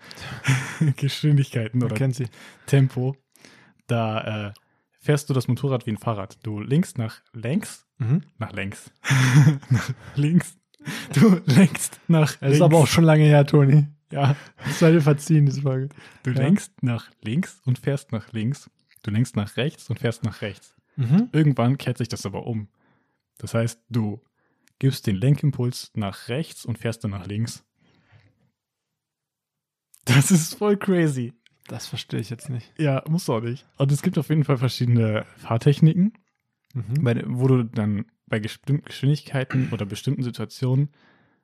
Speaker 2: Geschwindigkeiten
Speaker 1: Man
Speaker 2: oder
Speaker 1: kennt sie.
Speaker 2: Tempo, da äh, fährst du das Motorrad wie ein Fahrrad. Du links nach längs,
Speaker 1: Mhm.
Speaker 2: nach längs, nach links. Du lenkst nach
Speaker 1: Es
Speaker 2: links.
Speaker 1: ist aber auch schon lange her, Toni.
Speaker 2: ja,
Speaker 1: Das soll dir verziehen, diese Frage.
Speaker 2: du
Speaker 1: Ja.
Speaker 2: lenkst nach links und fährst nach links. Du lenkst nach rechts und fährst nach rechts.
Speaker 1: Mhm.
Speaker 2: Irgendwann kehrt sich das aber um. Das heißt, du gibst den Lenkimpuls nach rechts und fährst dann nach links. Das ist voll crazy.
Speaker 1: Das verstehe ich jetzt nicht.
Speaker 2: Ja, muss auch nicht. Und es gibt auf jeden Fall verschiedene Fahrtechniken,
Speaker 1: Mhm.
Speaker 2: bei, wo du dann bei bestimmten Geschwindigkeiten oder bestimmten Situationen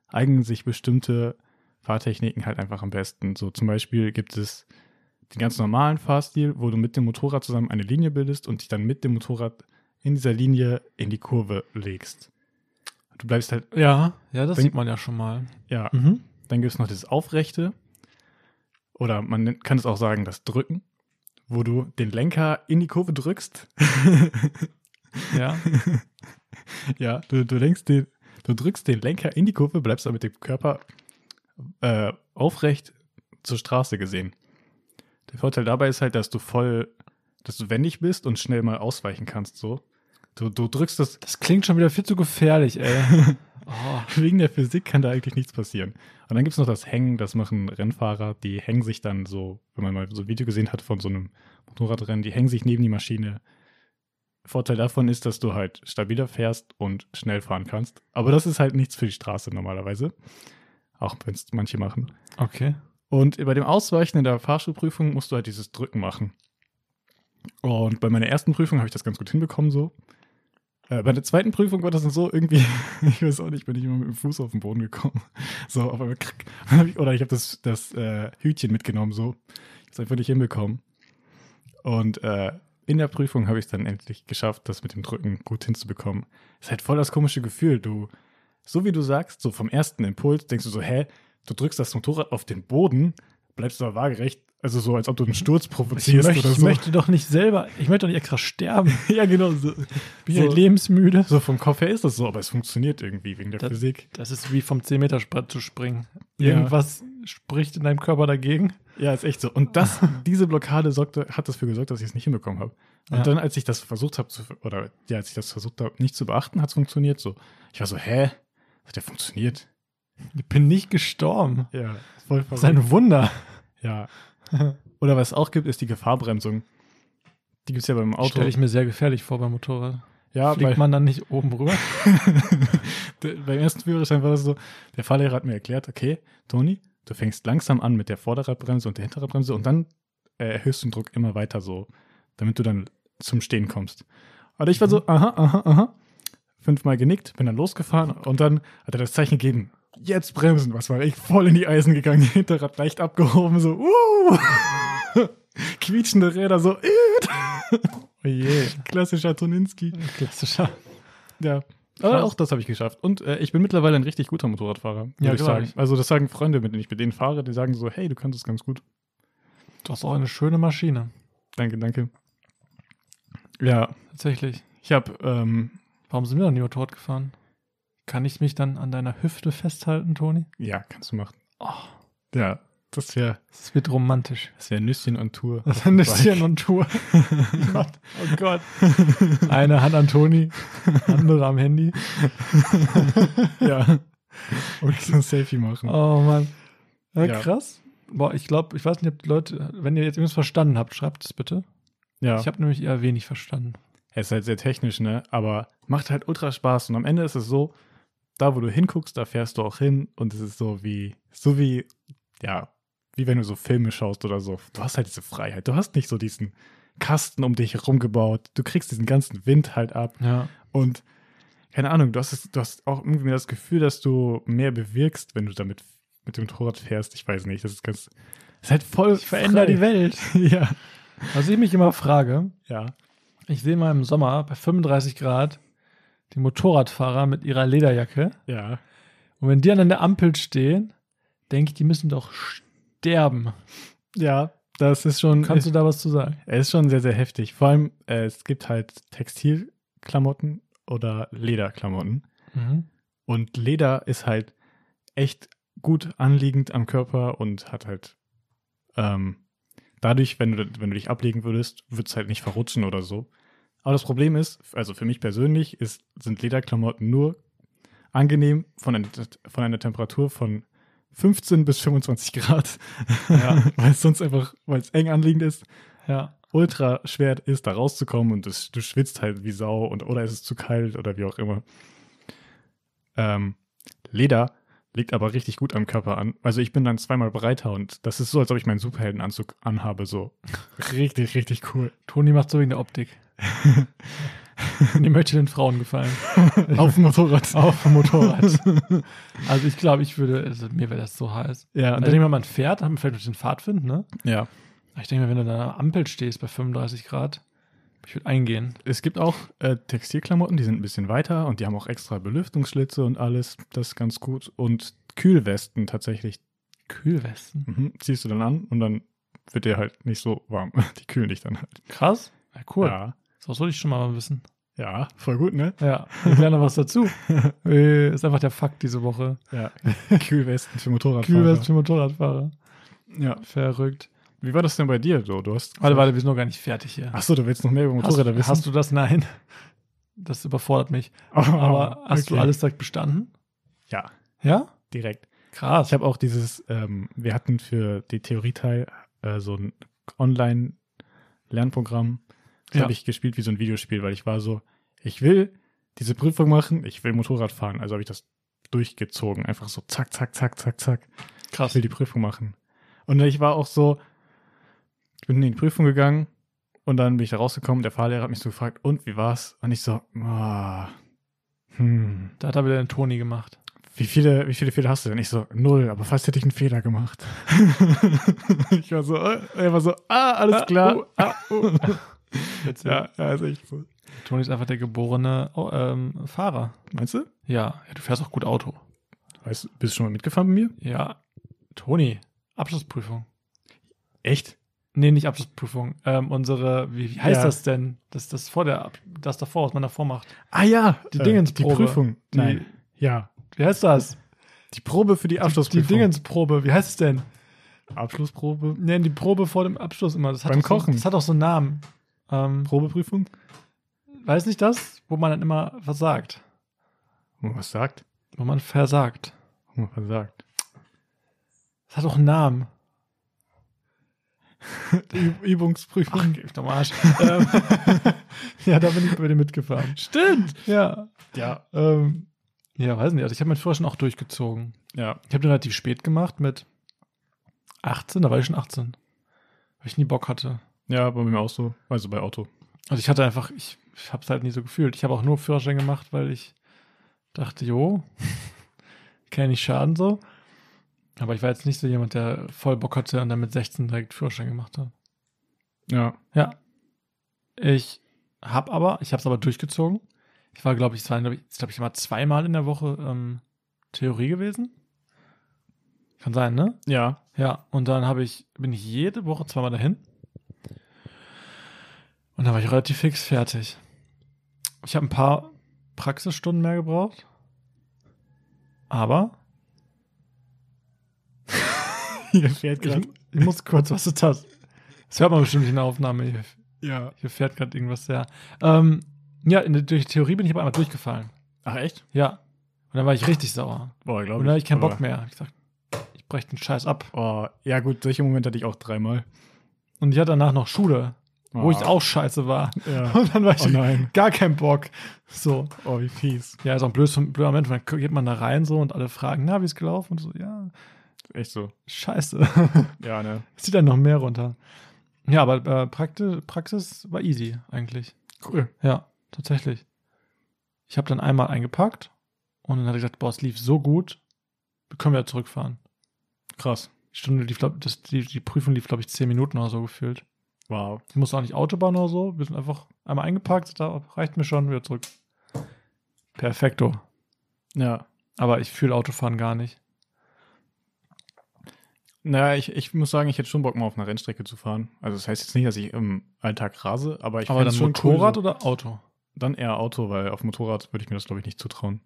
Speaker 2: eignen sich bestimmte Fahrtechniken halt einfach am besten. So zum Beispiel gibt es den ganz normalen Fahrstil, wo du mit dem Motorrad zusammen eine Linie bildest und dich dann mit dem Motorrad in dieser Linie in die Kurve legst. Du bleibst halt,
Speaker 1: Ja, ja, das
Speaker 2: Bring-
Speaker 1: sieht man ja schon mal.
Speaker 2: ja,
Speaker 1: Mhm.
Speaker 2: dann gibt es noch dieses Aufrechte. Oder man nennt- kann es auch sagen, das Drücken, wo du den Lenker in die Kurve drückst.
Speaker 1: Ja.
Speaker 2: Ja, du, du lenkst den, du drückst den Lenker in die Kurve, bleibst aber mit dem Körper äh, aufrecht zur Straße gesehen. Der Vorteil dabei ist halt, dass du voll, dass du wendig bist und schnell mal ausweichen kannst, so. Du, du drückst das,
Speaker 1: Das klingt schon wieder viel zu gefährlich, ey. Oh.
Speaker 2: wegen der Physik kann da eigentlich nichts passieren. Und dann gibt es noch das Hängen, das machen Rennfahrer, die hängen sich dann so, wenn man mal so ein Video gesehen hat von so einem Motorradrennen, die hängen sich neben die Maschine. Vorteil davon ist, dass du halt stabiler fährst und schnell fahren kannst. Aber das ist halt nichts für die Straße normalerweise. Auch wenn es manche machen.
Speaker 1: Okay.
Speaker 2: Und bei dem Ausweichen in der Fahrschulprüfung musst du halt dieses Drücken machen. Und bei meiner ersten Prüfung habe ich das ganz gut hinbekommen so. Äh, bei der zweiten Prüfung war das dann so irgendwie, ich weiß auch nicht, bin ich immer mit dem Fuß auf den Boden gekommen. So, auf einmal krack. Dann hab ich- Oder ich habe das, das äh, Hütchen mitgenommen so. Ich habe es einfach nicht hinbekommen. Und äh, in der Prüfung habe ich es dann endlich geschafft, das mit dem Drücken gut hinzubekommen. Ist halt voll das komische Gefühl. Du, so wie du sagst, so vom ersten Impuls denkst du so, hä, du drückst das Motorrad auf den Boden, bleibst aber waagerecht, also so, als ob du einen Sturz
Speaker 1: Ich
Speaker 2: provozierst
Speaker 1: möchte,
Speaker 2: oder
Speaker 1: ich
Speaker 2: so.
Speaker 1: möchte doch nicht selber, ich möchte doch nicht extra sterben.
Speaker 2: ja, genau. So.
Speaker 1: Bin
Speaker 2: So.
Speaker 1: ja lebensmüde.
Speaker 2: so vom Kopf her ist das so, aber es funktioniert irgendwie wegen der
Speaker 1: Das-
Speaker 2: Physik.
Speaker 1: Das ist wie vom 10-Meter-Sprint zu springen.
Speaker 2: Ja.
Speaker 1: Irgendwas spricht in deinem Körper dagegen.
Speaker 2: Ja, ist echt so. Und das, diese Blockade sorgte, hat dafür gesorgt, dass ich es nicht hinbekommen habe. Und
Speaker 1: Ja.
Speaker 2: dann, als ich das versucht habe, zu, oder ja, als ich das versucht habe, nicht zu beachten, hat es funktioniert so. Ich war so, hä? Hat der funktioniert?
Speaker 1: Ich bin nicht gestorben.
Speaker 2: Ja, voll
Speaker 1: Das
Speaker 2: verrückt.
Speaker 1: ist ein Wunder.
Speaker 2: ja. Oder was es auch gibt, ist die Gefahrbremsung. Die gibt es ja beim Auto.
Speaker 1: Stelle ich mir sehr gefährlich vor beim Motorrad.
Speaker 2: ja,
Speaker 1: Fliegt
Speaker 2: bei,
Speaker 1: man dann nicht oben rüber?
Speaker 2: Der- Beim ersten Führerschein war das so, der Fahrlehrer hat mir erklärt, okay, Toni, du fängst langsam an mit der Vorderradbremse und der Hinterradbremse und dann äh, erhöhst du den Druck immer weiter so, damit du dann zum Stehen kommst. Und ich war
Speaker 1: Mhm.
Speaker 2: so, aha, aha, aha, fünfmal genickt, bin dann losgefahren und dann hat er das Zeichen gegeben, jetzt bremsen, was war ich, voll in die Eisen gegangen, Hinterrad leicht abgehoben, so, uh, quietschende Räder, so, äh.
Speaker 1: Oh je.
Speaker 2: klassischer Toninski.
Speaker 1: Klassischer.
Speaker 2: Ja. Aber
Speaker 1: Krass.
Speaker 2: auch das habe ich geschafft. Und äh, ich bin mittlerweile ein richtig guter Motorradfahrer, würde
Speaker 1: Ja,
Speaker 2: ich
Speaker 1: glaub
Speaker 2: sagen.
Speaker 1: ich.
Speaker 2: Also das sagen Freunde, mit denen ich mit denen fahre, die sagen so, hey, du kannst es ganz gut.
Speaker 1: Du hast auch eine schöne Maschine.
Speaker 2: Danke, danke. Ja,
Speaker 1: Tatsächlich.
Speaker 2: ich habe, ähm,
Speaker 1: Warum sind wir noch nie Motorrad gefahren? Kann ich mich dann an deiner Hüfte festhalten, Toni?
Speaker 2: ja, kannst du machen.
Speaker 1: Oh,
Speaker 2: Ja, das wäre
Speaker 1: es wird romantisch.
Speaker 2: das wär Nüsschen on Tour.
Speaker 1: Das Nüsschen und Tour. oh Gott. Eine Hand an Toni, andere am Handy.
Speaker 2: ja. Und so ein Selfie machen.
Speaker 1: Oh Mann. Ja,
Speaker 2: Ja.
Speaker 1: Krass. Boah, ich glaube, ich weiß nicht, ob die Leute, wenn ihr jetzt irgendwas verstanden habt, schreibt es bitte.
Speaker 2: ja.
Speaker 1: Ich habe nämlich eher wenig verstanden.
Speaker 2: Es ist halt sehr technisch, ne? Aber macht halt ultra Spaß. Und am Ende ist es so, da wo du hinguckst, da fährst du auch hin. Und es ist so wie, so wie, ja, wie wenn du so Filme schaust oder so. Du hast halt diese Freiheit. Du hast nicht so diesen Kasten um dich herum gebaut. Du kriegst diesen ganzen Wind halt ab.
Speaker 1: Ja.
Speaker 2: Und keine Ahnung, du hast, es, du hast auch irgendwie das Gefühl, dass du mehr bewirkst, wenn du damit mit dem Motorrad fährst. Ich weiß nicht, das ist ganz, es ist halt voll
Speaker 1: Ich verändere die Welt.
Speaker 2: Welt. ja,
Speaker 1: Was ich mich immer frage,
Speaker 2: ja.
Speaker 1: ich sehe mal im Sommer bei 35 Grad die Motorradfahrer mit ihrer Lederjacke.
Speaker 2: Ja,
Speaker 1: Und wenn die dann an der Ampel stehen, denke ich, die müssen doch sterben.
Speaker 2: ja, Das ist schon,
Speaker 1: Kannst du da was zu sagen?
Speaker 2: es ist schon sehr, sehr heftig. Vor allem, äh, es gibt halt Textilklamotten oder Lederklamotten.
Speaker 1: Mhm.
Speaker 2: Und Leder ist halt echt gut anliegend am Körper und hat halt ähm, dadurch, wenn du, wenn du dich ablegen würdest, wird es halt nicht verrutschen oder so. Aber das Problem ist, also für mich persönlich, ist, sind Lederklamotten nur angenehm von, ein, von einer Temperatur von 15 bis 25 Grad,
Speaker 1: Ja.
Speaker 2: weil es sonst einfach, weil es eng anliegend ist,
Speaker 1: Ja.
Speaker 2: ultra schwer ist, da rauszukommen und es, du schwitzt halt wie Sau und oder es ist zu kalt oder wie auch immer. Ähm, Leder liegt aber richtig gut am Körper an. Also ich bin dann zweimal breiter und das ist so, als ob ich meinen Superheldenanzug anhabe. So richtig, richtig cool.
Speaker 1: Toni macht so wegen der Optik. Die möchte den Frauen gefallen.
Speaker 2: Auf dem Motorrad.
Speaker 1: Auf dem Motorrad. Also ich glaube, ich würde, also mir wäre das so heiß.
Speaker 2: ja,
Speaker 1: Also ich denke mal, man fährt, dann fällt mit den Fahrtwind, ne?
Speaker 2: äh, ja.
Speaker 1: Aber Ich denke mal, wenn du da an der Ampel stehst bei 35 Grad, ich würde eingehen.
Speaker 2: Es gibt auch äh, Textilklamotten, die sind ein bisschen weiter und die haben auch extra Belüftungsschlitze und alles. Das ist ganz gut. Und Kühlwesten tatsächlich.
Speaker 1: Kühlwesten.
Speaker 2: Mhm, ziehst du dann an und dann wird dir halt nicht so warm. Die kühlen dich dann halt.
Speaker 1: Krass. Ja, cool.
Speaker 2: Ja,
Speaker 1: Das wollte ich schon mal wissen.
Speaker 2: ja, voll gut, ne?
Speaker 1: Ja, wir lernen noch was dazu. Äh, Ist einfach der Fakt diese Woche.
Speaker 2: Ja. Kühlwesten für Motorradfahrer.
Speaker 1: Kühlwesten für Motorradfahrer.
Speaker 2: Ja.
Speaker 1: Verrückt.
Speaker 2: Wie war das denn bei dir so? Du hast.
Speaker 1: Warte, warte, wir sind noch gar nicht fertig hier.
Speaker 2: Achso, du willst noch mehr über
Speaker 1: Hast,
Speaker 2: Motorräder wissen?
Speaker 1: hast du das? Nein. Das überfordert mich.
Speaker 2: Oh,
Speaker 1: Aber hast du
Speaker 2: okay.
Speaker 1: alles direkt bestanden?
Speaker 2: Ja,
Speaker 1: Ah, Ja?
Speaker 2: direkt.
Speaker 1: Krass.
Speaker 2: Ich habe auch dieses, ähm, wir hatten für die Theorieteil äh, so ein Online-Lernprogramm. Das
Speaker 1: Ja.
Speaker 2: habe ich gespielt wie so ein Videospiel, weil ich war so, ich will diese Prüfung machen, ich will Motorrad fahren. Also habe ich das durchgezogen. Einfach so zack, zack, zack, zack, zack. ich
Speaker 1: krass.
Speaker 2: will die Prüfung machen. Und ich war auch so, ich bin in die Prüfung gegangen und dann bin ich da rausgekommen. Der Fahrlehrer hat mich so gefragt, und wie war's? Und ich so, ah, hm,
Speaker 1: Da hat er wieder den Toni gemacht.
Speaker 2: wie viele, wie viele Fehler hast du denn? Ich so, null, aber fast hätte ich einen Fehler gemacht. ich war so, äh, er war so, ah, alles
Speaker 1: Ah,
Speaker 2: klar.
Speaker 1: oh,
Speaker 2: ah, oh.
Speaker 1: Jetzt, äh,
Speaker 2: ja, ja, ist echt so.
Speaker 1: Toni ist einfach der geborene oh, ähm, Fahrer.
Speaker 2: Meinst du?
Speaker 1: Ja. ja, du fährst auch gut Auto.
Speaker 2: Weißt, du, bist du schon mal mitgefahren mit mir?
Speaker 1: Ja. Toni, Abschlussprüfung.
Speaker 2: Echt?
Speaker 1: Nee, nicht Abschlussprüfung. Ähm, unsere, wie, wie heißt
Speaker 2: Ja.
Speaker 1: das denn? Das, das vor der, Ab- das davor, was man davor macht.
Speaker 2: Ah ja,
Speaker 1: Die
Speaker 2: äh,
Speaker 1: Dingensprobe.
Speaker 2: Die Prüfung.
Speaker 1: Die-
Speaker 2: Nein. Ja.
Speaker 1: Wie heißt das?
Speaker 2: Die Probe für die
Speaker 1: Die
Speaker 2: Abschlussprüfung.
Speaker 1: Dingensprobe, wie heißt es denn?
Speaker 2: Abschlussprobe.
Speaker 1: Nennen die Probe vor dem Abschluss immer. Das hat
Speaker 2: Beim
Speaker 1: doch so,
Speaker 2: Kochen.
Speaker 1: Das hat auch so einen Namen. Ähm,
Speaker 2: Probeprüfung?
Speaker 1: weiß nicht das, wo man dann immer versagt.
Speaker 2: Was sagt?
Speaker 1: Wo man versagt.
Speaker 2: Was sagt?
Speaker 1: Das hat auch einen Namen. Ach,
Speaker 2: Übungsprüfung.
Speaker 1: geh ich doch mal Arsch. ähm, ja, da bin ich bei dir mitgefahren.
Speaker 2: Stimmt.
Speaker 1: Ja.
Speaker 2: Ja,
Speaker 1: Ähm, ja, weiß nicht. Also ich habe meinen Führerschein auch durchgezogen.
Speaker 2: ja.
Speaker 1: Ich habe den relativ spät gemacht mit 18, da war ich schon 18. Weil ich nie Bock hatte.
Speaker 2: Ja, bei mir auch so. Also bei Auto.
Speaker 1: Also ich hatte einfach, ich, ich habe es halt nie so gefühlt. Ich habe auch nur Führerschein gemacht, weil ich dachte, jo, kann ja nicht schaden so. Aber ich war jetzt nicht so jemand, der voll Bock hatte und dann mit 16 direkt Führerschein gemacht hat.
Speaker 2: Ja.
Speaker 1: Ja. Ich habe aber, ich habe es aber durchgezogen. Ich war, glaube ich, es waren, glaub ich, glaub ich immer zweimal in der Woche ähm, Theorie gewesen. Kann sein, ne?
Speaker 2: Ja.
Speaker 1: Ja, und dann habe ich, bin ich jede Woche zweimal dahin. Und dann war ich relativ fix fertig. Ich habe ein paar Praxisstunden mehr gebraucht. Aber
Speaker 2: Hier fährt
Speaker 1: ich, ich muss kurz, was ist das? Das hört man bestimmt nicht in der Aufnahme. Hier,
Speaker 2: Ja.
Speaker 1: hier fährt gerade irgendwas sehr. Ähm, ja, in der, durch die Theorie bin ich aber einmal durchgefallen.
Speaker 2: Ach echt?
Speaker 1: Ja. Und dann war ich richtig sauer.
Speaker 2: Boah, glaube
Speaker 1: Und dann habe ich keinen Bock mehr. Ich hab gesagt, ich breche den Scheiß ab.
Speaker 2: Oh, ja gut, solche Momente hatte ich auch dreimal.
Speaker 1: Und ich hatte danach noch Schule, wo ich
Speaker 2: Ah.
Speaker 1: auch scheiße war.
Speaker 2: Ja.
Speaker 1: Und dann war ich
Speaker 2: Oh nein.
Speaker 1: gar keinen Bock. So.
Speaker 2: Oh, wie fies.
Speaker 1: Ja, ist auch ein blödes, blöder Moment, weil dann geht man da rein so und alle fragen, na, wie ist gelaufen? Und so, ja,
Speaker 2: Echt so.
Speaker 1: scheiße.
Speaker 2: Ja, ne?
Speaker 1: Zieht dann noch mehr runter. Ja, aber äh, Prakti Praxis war easy eigentlich.
Speaker 2: Cool.
Speaker 1: Ja, tatsächlich. Ich habe dann einmal eingepackt und dann hat er gesagt, boah, es lief so gut, wir können wieder zurückfahren.
Speaker 2: Krass.
Speaker 1: Die Stunde lief, glaub, das, die, die Prüfung lief, glaube ich, zehn Minuten oder so gefühlt.
Speaker 2: Wow.
Speaker 1: Ich musste auch nicht Autobahn oder so. Wir sind einfach einmal eingepackt, da reicht mir schon, wieder zurück. Perfekto.
Speaker 2: Ja.
Speaker 1: Aber ich fühle Autofahren gar nicht.
Speaker 2: Naja, ich, ich muss sagen, ich hätte schon Bock mal auf einer Rennstrecke zu fahren. Also das heißt jetzt nicht, dass ich im Alltag rase, aber ich
Speaker 1: Aber
Speaker 2: fänd's
Speaker 1: dann
Speaker 2: schon cool,
Speaker 1: Motorrad
Speaker 2: so-
Speaker 1: oder Auto?
Speaker 2: Dann eher Auto, weil auf Motorrad würde ich mir das, glaube ich, nicht zutrauen.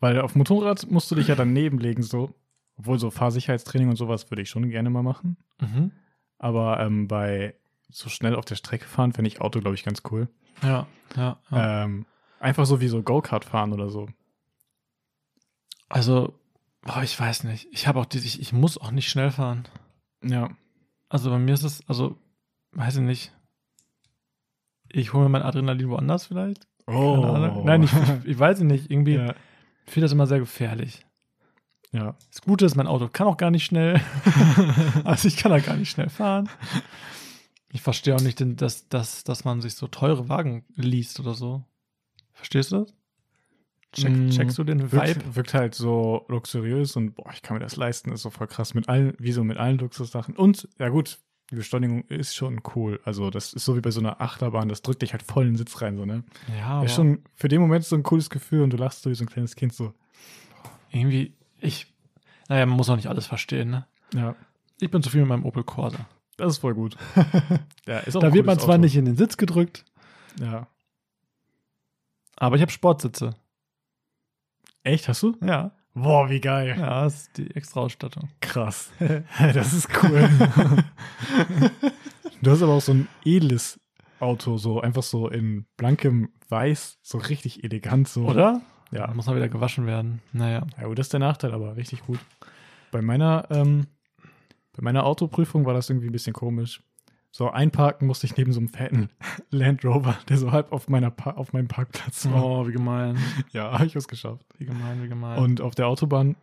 Speaker 2: Weil auf Motorrad musst du dich ja daneben legen, so. Obwohl so Fahrsicherheitstraining und sowas würde ich schon gerne mal machen.
Speaker 1: Mhm.
Speaker 2: Aber ähm, bei so schnell auf der Strecke fahren fände ich Auto, glaube ich, ganz cool.
Speaker 1: Ja, ja. ja.
Speaker 2: Ähm, einfach so wie so Go-Kart fahren oder so.
Speaker 1: Also, boah, ich weiß nicht. Ich habe auch diese, ich, ich muss auch nicht schnell fahren.
Speaker 2: Ja.
Speaker 1: Also bei mir ist es, also, weiß ich nicht. Ich hole mir mein Adrenalin woanders vielleicht.
Speaker 2: Oh.
Speaker 1: Keine Ahnung. Nein, ich, ich, ich weiß es nicht. Irgendwie
Speaker 2: ja.
Speaker 1: ich finde das immer sehr gefährlich.
Speaker 2: ja.
Speaker 1: Das Gute ist, mein Auto kann auch gar nicht schnell. also ich kann da gar nicht schnell fahren. Ich verstehe auch nicht, den- dass, dass, dass man sich so teure Wagen liest oder so. Verstehst du das? Check,
Speaker 2: Mm,
Speaker 1: checkst du den Vibe?
Speaker 2: Wirkt, wirkt halt so luxuriös und boah, ich kann mir das leisten, ist so voll krass. Mit allen, wie so mit allen Luxussachen. Und, ja gut, die Beschleunigung ist schon cool. Also, das ist so wie bei so einer Achterbahn, das drückt dich halt voll in den Sitz rein, so, ne?
Speaker 1: Ja,
Speaker 2: Ist schon für den Moment so ein cooles Gefühl und du lachst so wie so ein kleines Kind so.
Speaker 1: irgendwie, ich, naja, man muss auch nicht alles verstehen, ne?
Speaker 2: Ja.
Speaker 1: Ich bin zufrieden mit meinem Opel Corsa.
Speaker 2: Das ist voll gut. ja, ist auch
Speaker 1: Da
Speaker 2: ein
Speaker 1: wird man
Speaker 2: cooles
Speaker 1: zwar
Speaker 2: Auto.
Speaker 1: nicht in den Sitz gedrückt,
Speaker 2: Ja.
Speaker 1: aber ich habe Sportsitze.
Speaker 2: Echt, hast du?
Speaker 1: Ja.
Speaker 2: Boah, wie geil.
Speaker 1: Ja, das ist die extra Ausstattung.
Speaker 2: Krass. das ist cool. du hast aber auch so ein edles Auto, so einfach so in blankem Weiß, so richtig elegant so.
Speaker 1: Oder?
Speaker 2: Ja.
Speaker 1: Ja, muss mal wieder gewaschen werden. Naja.
Speaker 2: Ja, gut, das ist der Nachteil, aber richtig gut. Bei meiner, ähm, bei meiner Autoprüfung war das irgendwie ein bisschen komisch. So einparken musste ich neben so einem fetten Land Rover, der so halb auf, meiner pa auf meinem Parkplatz war.
Speaker 1: Oh, wie gemein.
Speaker 2: Ja, habe ich was geschafft.
Speaker 1: Wie gemein, wie gemein.
Speaker 2: Und auf der Autobahn,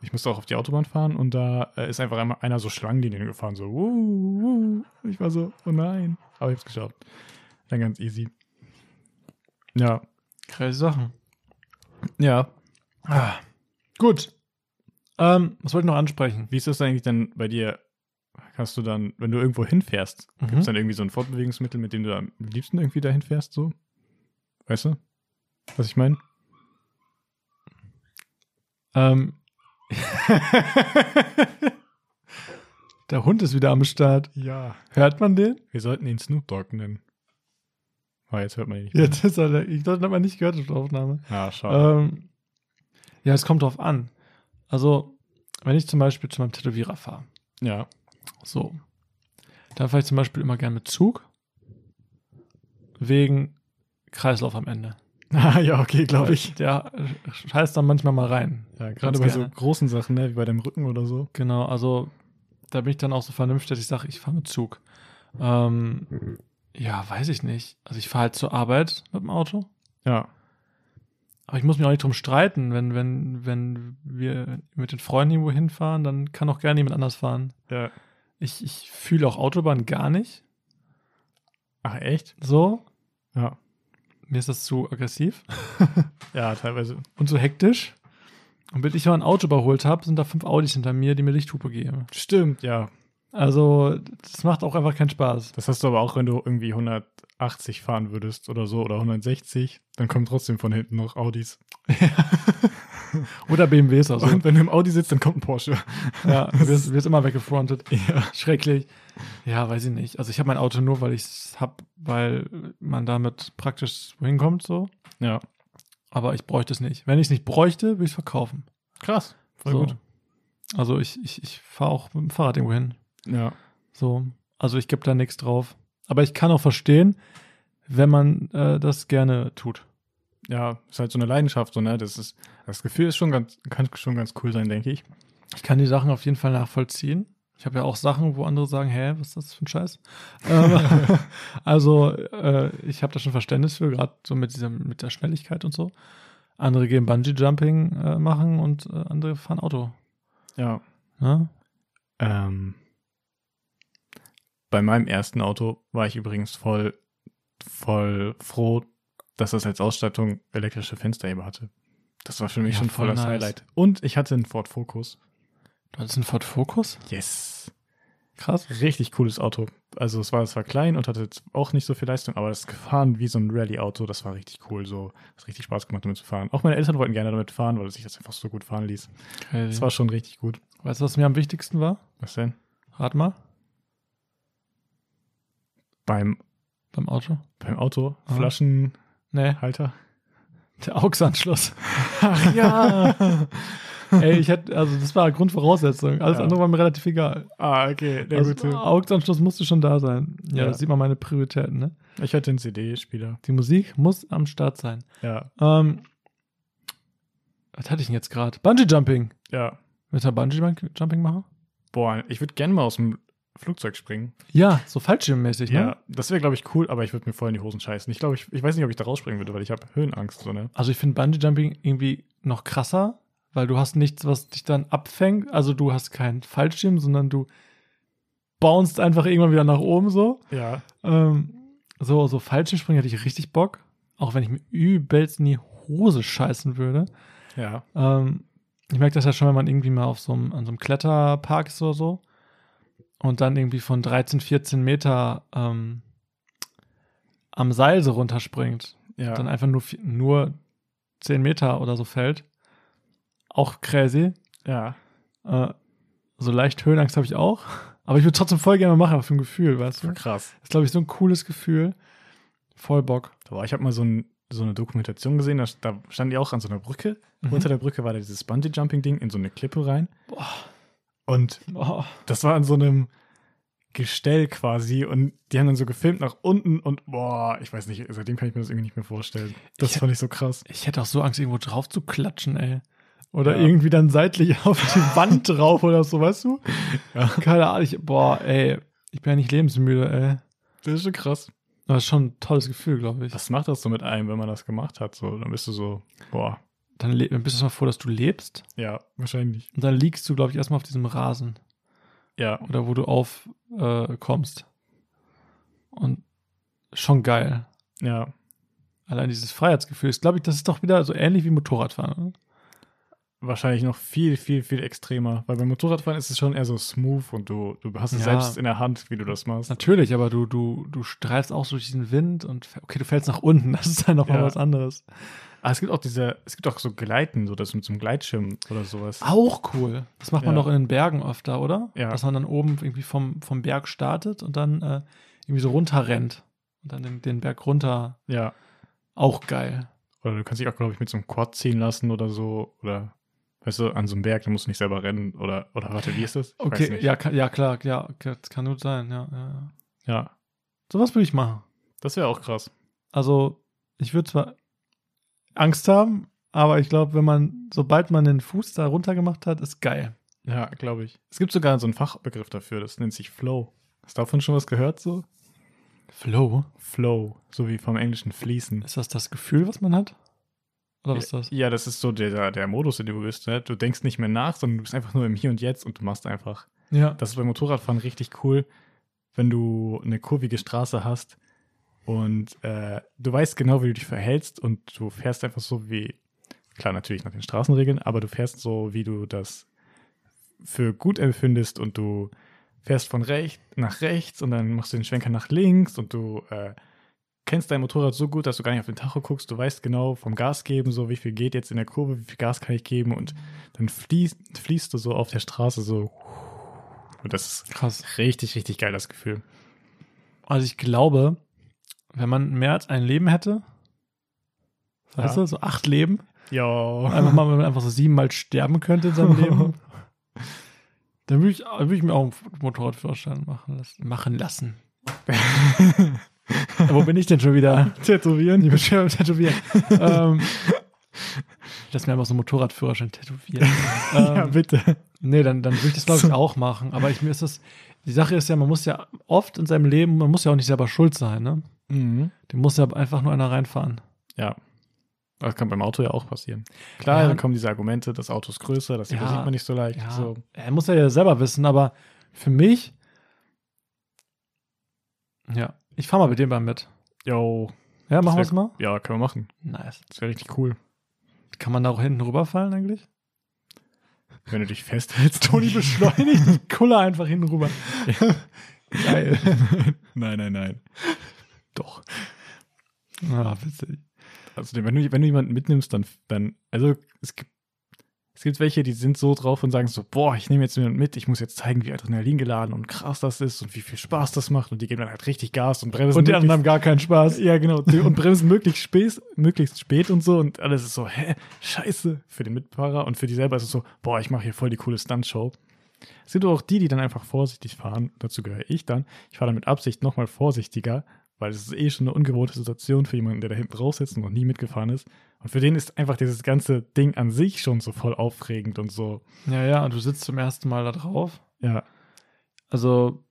Speaker 2: ich musste auch auf die Autobahn fahren und da äh, ist einfach einmal einer so Schlangenlinien gefahren, so, uh, uh. ich war so, oh nein. Aber ich hab's geschafft. Dann ganz easy. Ja,
Speaker 1: crazy Sachen.
Speaker 2: ja.
Speaker 1: Ah. Gut. Ähm, was wollte ich noch ansprechen?
Speaker 2: Wie ist das eigentlich dann bei dir? Hast du dann, wenn du irgendwo hinfährst,
Speaker 1: Mhm.
Speaker 2: ist dann irgendwie so ein Fortbewegungsmittel, mit dem du am liebsten irgendwie dahin fährst, so? Weißt du? Was ich meine?
Speaker 1: Ähm, der Hund ist wieder am Start.
Speaker 2: Ja.
Speaker 1: Hört man den?
Speaker 2: Wir sollten ihn Snoop Dogg nennen. Oh, jetzt hört man ihn nicht.
Speaker 1: Ja, das hat er. Ich glaube, den hat man nicht gehört auf der Aufnahme.
Speaker 2: Ah, schade.
Speaker 1: Ähm, ja, es kommt drauf an. Also, wenn ich zum Beispiel zu meinem Tätowierer fahre,
Speaker 2: ja.
Speaker 1: so, dann fahre ich zum Beispiel immer gerne mit Zug, wegen Kreislauf am Ende.
Speaker 2: Ah, ja, okay, glaube
Speaker 1: Weil
Speaker 2: ich.
Speaker 1: Der sch- scheißt dann manchmal mal rein.
Speaker 2: Ja,
Speaker 1: Ganz
Speaker 2: gerade bei so
Speaker 1: gerne.
Speaker 2: großen Sachen, ne, wie bei deinem Rücken oder so.
Speaker 1: Genau, also da bin ich dann auch so vernünftig, dass ich sage, ich fahre mit Zug. Ähm, ja, weiß ich nicht. Also ich fahre halt zur Arbeit mit dem Auto.
Speaker 2: Ja.
Speaker 1: Aber ich muss mich auch nicht drum streiten, wenn, wenn, wenn wir mit den Freunden irgendwo hinfahren, dann kann auch gerne jemand anders fahren.
Speaker 2: ja.
Speaker 1: Ich, ich fühle auch Autobahn gar nicht.
Speaker 2: Ach, echt?
Speaker 1: So,
Speaker 2: Ja.
Speaker 1: mir ist das zu aggressiv
Speaker 2: Ja, teilweise.
Speaker 1: und zu hektisch. Und bis ich mal ein Auto überholt habe, sind da fünf Audis hinter mir, die mir Lichthupe geben.
Speaker 2: Stimmt, ja.
Speaker 1: Also, das macht auch einfach keinen Spaß.
Speaker 2: Das hast du aber auch, wenn du irgendwie 180 fahren würdest oder so oder 160, dann kommen trotzdem von hinten noch Audis.
Speaker 1: Oder BMWs oder so.
Speaker 2: Und wenn du im Audi sitzt, dann kommt ein Porsche.
Speaker 1: Ja, wird, wird immer weggefrontet.
Speaker 2: Ja.
Speaker 1: Schrecklich. Ja, weiß ich nicht. Also ich habe mein Auto nur, weil ich es habe, weil man damit praktisch wohin kommt so.
Speaker 2: Ja.
Speaker 1: Aber ich bräuchte es nicht. Wenn ich es nicht bräuchte, würde ich es verkaufen.
Speaker 2: Krass. Voll
Speaker 1: so.
Speaker 2: gut.
Speaker 1: Also ich, ich, ich fahre auch mit dem Fahrrad irgendwo hin.
Speaker 2: Ja.
Speaker 1: So. Also ich gebe da nichts drauf. Aber ich kann auch verstehen, wenn man äh, das gerne tut.
Speaker 2: Ja, ist halt so eine Leidenschaft, so, ne? Das ist, das Gefühl ist schon ganz, kann schon ganz cool sein, denke ich.
Speaker 1: Ich kann die Sachen auf jeden Fall nachvollziehen. Ich habe ja auch Sachen, wo andere sagen, hä, was ist das für ein Scheiß? ähm, also äh, ich habe da schon Verständnis für, gerade so mit, dieser, mit der Schnelligkeit und so. Andere gehen Bungee-Jumping äh, machen und äh, andere fahren Auto.
Speaker 2: Ja.
Speaker 1: Ne?
Speaker 2: Ähm, bei meinem ersten Auto war ich übrigens voll, voll froh, dass das als Ausstattung elektrische Fensterheber hatte. Das war für mich
Speaker 1: Ja,
Speaker 2: schon voll
Speaker 1: voll
Speaker 2: das
Speaker 1: nice.
Speaker 2: Highlight. Und ich hatte einen Ford Focus.
Speaker 1: Du hattest einen Ford Focus?
Speaker 2: Yes.
Speaker 1: Krass.
Speaker 2: Richtig cooles Auto. Also es war, es war klein und hatte jetzt auch nicht so viel Leistung, aber das Gefahren wie so ein Rallye-Auto, das war richtig cool. So, hat richtig Spaß gemacht, damit zu fahren. Auch meine Eltern wollten gerne damit fahren, weil sich das einfach so gut fahren ließ.
Speaker 1: Crazy.
Speaker 2: Das war schon richtig gut.
Speaker 1: Weißt du, was mir am wichtigsten war?
Speaker 2: Was denn?
Speaker 1: Rat mal,
Speaker 2: Beim,
Speaker 1: beim Auto.
Speaker 2: beim Auto?
Speaker 1: Aha.
Speaker 2: Flaschenhalter?
Speaker 1: Nee, der AUX-Anschluss.
Speaker 2: Ach ja.
Speaker 1: Ey, ich hätte, also das war Grundvoraussetzung. Alles
Speaker 2: Ja.
Speaker 1: andere war mir relativ egal.
Speaker 2: ah, okay. Der
Speaker 1: Also,
Speaker 2: gute.
Speaker 1: AUX-Anschluss musste schon da sein. Ja,
Speaker 2: Ja.
Speaker 1: das sieht man meine Prioritäten, ne?
Speaker 2: Ich hatte einen CD-Spieler.
Speaker 1: Die Musik muss am Start sein.
Speaker 2: Ja.
Speaker 1: Ähm, was hatte ich denn jetzt gerade? Bungee Jumping.
Speaker 2: Ja.
Speaker 1: Willst du mal Bungee Jumping machen?
Speaker 2: Boah, ich würde gerne mal aus dem Flugzeug springen.
Speaker 1: Ja, so fallschirmmäßig, ne?
Speaker 2: Ja, das wäre, glaube ich, cool, aber ich würde mir voll in die Hosen scheißen. Ich glaube, ich, ich weiß nicht, ob ich da rausspringen würde, weil ich habe Höhenangst. So, ne?
Speaker 1: Also ich finde Bungee Jumping irgendwie noch krasser, weil du hast nichts, was dich dann abfängt. Also du hast keinen Fallschirm, sondern du bounst einfach irgendwann wieder nach oben so.
Speaker 2: Ja.
Speaker 1: Ähm, so, so Fallschirmspringen hätte ich richtig Bock. Auch wenn ich mir übelst in die Hose scheißen würde.
Speaker 2: Ja.
Speaker 1: Ähm, ich merke das ja schon, wenn man irgendwie mal auf so einem, an so einem Kletterpark ist oder so und dann irgendwie von 13, 14 Meter ähm, am Seil so runterspringt,
Speaker 2: Ja.
Speaker 1: dann einfach nur, vi- nur 10 Meter oder so fällt. Auch crazy.
Speaker 2: ja.
Speaker 1: Äh, so leicht Höhenangst habe ich auch. Aber ich würde trotzdem voll gerne machen, aber für ein Gefühl, weißt du?
Speaker 2: Voll krass.
Speaker 1: ist, glaube ich, so ein cooles Gefühl. Voll Bock.
Speaker 2: Aber ich habe mal so, ein, so eine Dokumentation gesehen, da, da stand die auch an so einer Brücke.
Speaker 1: Mhm.
Speaker 2: Unter der Brücke war da dieses Bungee-Jumping-Ding in so eine Klippe rein.
Speaker 1: Boah.
Speaker 2: Und
Speaker 1: Oh,
Speaker 2: das war an so einem Gestell quasi und die haben dann so gefilmt nach unten und boah, ich weiß nicht, seitdem kann ich mir das irgendwie nicht mehr vorstellen. Das
Speaker 1: Ich-
Speaker 2: fand ich so krass.
Speaker 1: ich hätte auch so Angst, irgendwo drauf zu klatschen, ey. Oder
Speaker 2: Ja.
Speaker 1: irgendwie dann seitlich auf die Wand drauf oder so, weißt du?
Speaker 2: Ja.
Speaker 1: Keine Ahnung. Ich, boah, ey, ich bin ja nicht lebensmüde, ey.
Speaker 2: Das ist schon krass.
Speaker 1: Aber ist schon ein tolles Gefühl, glaube ich.
Speaker 2: Was macht das so mit einem, wenn man das gemacht hat? So, dann bist du so, boah,
Speaker 1: Dann, le- dann bist du erstmal froh, dass du lebst.
Speaker 2: ja, wahrscheinlich.
Speaker 1: Und dann liegst du, glaube ich, erstmal auf diesem Rasen.
Speaker 2: Ja,
Speaker 1: Oder wo du aufkommst. Äh, kommst. Und schon geil.
Speaker 2: ja.
Speaker 1: Allein dieses Freiheitsgefühl ist, glaube ich, das ist doch wieder so ähnlich wie Motorradfahren. Oder?
Speaker 2: Wahrscheinlich noch viel, viel, viel extremer. Weil beim Motorradfahren ist es schon eher so smooth und du, du hast es
Speaker 1: Ja.
Speaker 2: selbst in der Hand, wie du das machst.
Speaker 1: Natürlich, aber du, du, du streifst auch so durch diesen Wind und fä- okay, du fällst nach unten, das ist dann nochmal
Speaker 2: Ja.
Speaker 1: was anderes.
Speaker 2: Ah, es gibt auch diese, es gibt auch so Gleiten, so das mit so einem Gleitschirm oder sowas.
Speaker 1: Auch cool. Das macht man
Speaker 2: Ja.
Speaker 1: doch in den Bergen öfter, oder?
Speaker 2: Ja.
Speaker 1: Dass man dann oben irgendwie vom, vom Berg startet und dann äh, irgendwie so runterrennt und dann den, den Berg runter.
Speaker 2: Ja.
Speaker 1: Auch geil.
Speaker 2: Oder du kannst dich auch, glaube ich, mit so einem Quad ziehen lassen oder so. Oder, weißt du, an so einem Berg, da musst du nicht selber rennen. Oder, oder warte, wie ist das? Ich weiß
Speaker 1: Okay,
Speaker 2: nicht.
Speaker 1: ja, ka- ja, klar, ja, okay, das kann gut sein, ja. ja, ja.
Speaker 2: ja.
Speaker 1: Sowas würde ich machen.
Speaker 2: Das wäre auch krass.
Speaker 1: Also, ich würde zwar Angst haben, aber ich glaube, wenn man, sobald man den Fuß da runter gemacht hat, ist geil.
Speaker 2: Ja, glaube ich. Es gibt sogar so einen Fachbegriff dafür, das nennt sich Flow. Hast du davon schon was gehört so?
Speaker 1: Flow?
Speaker 2: Flow, so wie vom englischen Fließen.
Speaker 1: Ist das das Gefühl, was man hat? Oder was ist das?
Speaker 2: Ja, das ist so der- der, der Modus, in dem du bist. Ne? Du denkst nicht mehr nach, sondern du bist einfach nur im Hier und Jetzt und du machst einfach.
Speaker 1: Ja.
Speaker 2: Das ist beim Motorradfahren richtig cool, wenn du eine kurvige Straße hast und äh, du weißt genau, wie du dich verhältst und du fährst einfach so wie, klar natürlich nach den Straßenregeln, aber du fährst so, wie du das für gut empfindest und du fährst von rechts nach rechts und dann machst du den Schwenker nach links und du äh, kennst dein Motorrad so gut, dass du gar nicht auf den Tacho guckst. Du weißt genau vom Gas geben, so wie viel geht jetzt in der Kurve, wie viel Gas kann ich geben und dann fließt, fließt du so auf der Straße so. Und das
Speaker 1: Krass.
Speaker 2: ist richtig, richtig geil, das Gefühl.
Speaker 1: Also ich glaube, wenn man mehr als ein Leben hätte, weißt
Speaker 2: Ja.
Speaker 1: du, so acht Leben,
Speaker 2: Ja.
Speaker 1: einfach mal, wenn man einfach so siebenmal sterben könnte in seinem Leben, dann würde ich, würd ich mir auch einen Motorradführerschein machen lassen. Machen lassen. Wo bin ich denn schon wieder?
Speaker 2: Tätowieren.
Speaker 1: Ich bin schon beim Tätowieren. ähm, ich lasse mir einfach so einen Motorradführerschein tätowieren. ähm,
Speaker 2: Ja, bitte.
Speaker 1: Nee, dann, dann würde ich das, glaube ich, auch machen. Aber ich, mir ist das, die Sache ist ja, man muss ja oft in seinem Leben, man muss ja auch nicht selber schuld sein, ne? Dem muss ja einfach nur einer reinfahren.
Speaker 2: Ja. Das kann beim Auto ja auch passieren. Klar,
Speaker 1: Ja.
Speaker 2: dann kommen diese Argumente, das Auto ist größer, das
Speaker 1: Ja.
Speaker 2: übersieht man nicht so leicht.
Speaker 1: Ja,
Speaker 2: So.
Speaker 1: er muss ja selber wissen, aber für mich, ja, ich fahre mal mit dem mal mit.
Speaker 2: Yo.
Speaker 1: Ja, machen wir
Speaker 2: Das
Speaker 1: es mal?
Speaker 2: Ja, können wir machen.
Speaker 1: Nice.
Speaker 2: Das wäre richtig cool.
Speaker 1: Kann man da auch hinten rüberfallen eigentlich?
Speaker 2: Wenn du dich festhältst,
Speaker 1: Toni beschleunigt die Kuller einfach hinten rüber. Geil.
Speaker 2: nein, nein, nein. Doch.
Speaker 1: Ah, witzig.
Speaker 2: Also wenn du, wenn du jemanden mitnimmst, dann, dann also es gibt, Es gibt welche, die sind so drauf und sagen so, boah, ich nehme jetzt jemanden mit, ich muss jetzt zeigen, wie Adrenalin geladen und krass das ist und wie viel Spaß das macht. Und die geben dann halt richtig Gas und bremsen.
Speaker 1: Und die
Speaker 2: möglichst-
Speaker 1: anderen haben gar keinen Spaß.
Speaker 2: Ja, genau. Und bremsen möglichst spät, möglichst spät und so. Und alles ist so, hä, scheiße. Für den Mitfahrer und für die selber ist es so, boah, ich mache hier voll die coole Stuntshow. Es gibt aber auch die, die dann einfach vorsichtig fahren. Dazu gehöre ich dann. Ich fahre dann mit Absicht nochmal vorsichtiger, weil es ist eh schon eine ungewohnte Situation für jemanden, der da hinten drauf sitzt und noch nie mitgefahren ist. Und für den ist einfach dieses ganze Ding an sich schon so voll aufregend und so.
Speaker 1: Ja, ja, und du sitzt zum ersten Mal da drauf.
Speaker 2: Ja.
Speaker 1: Also.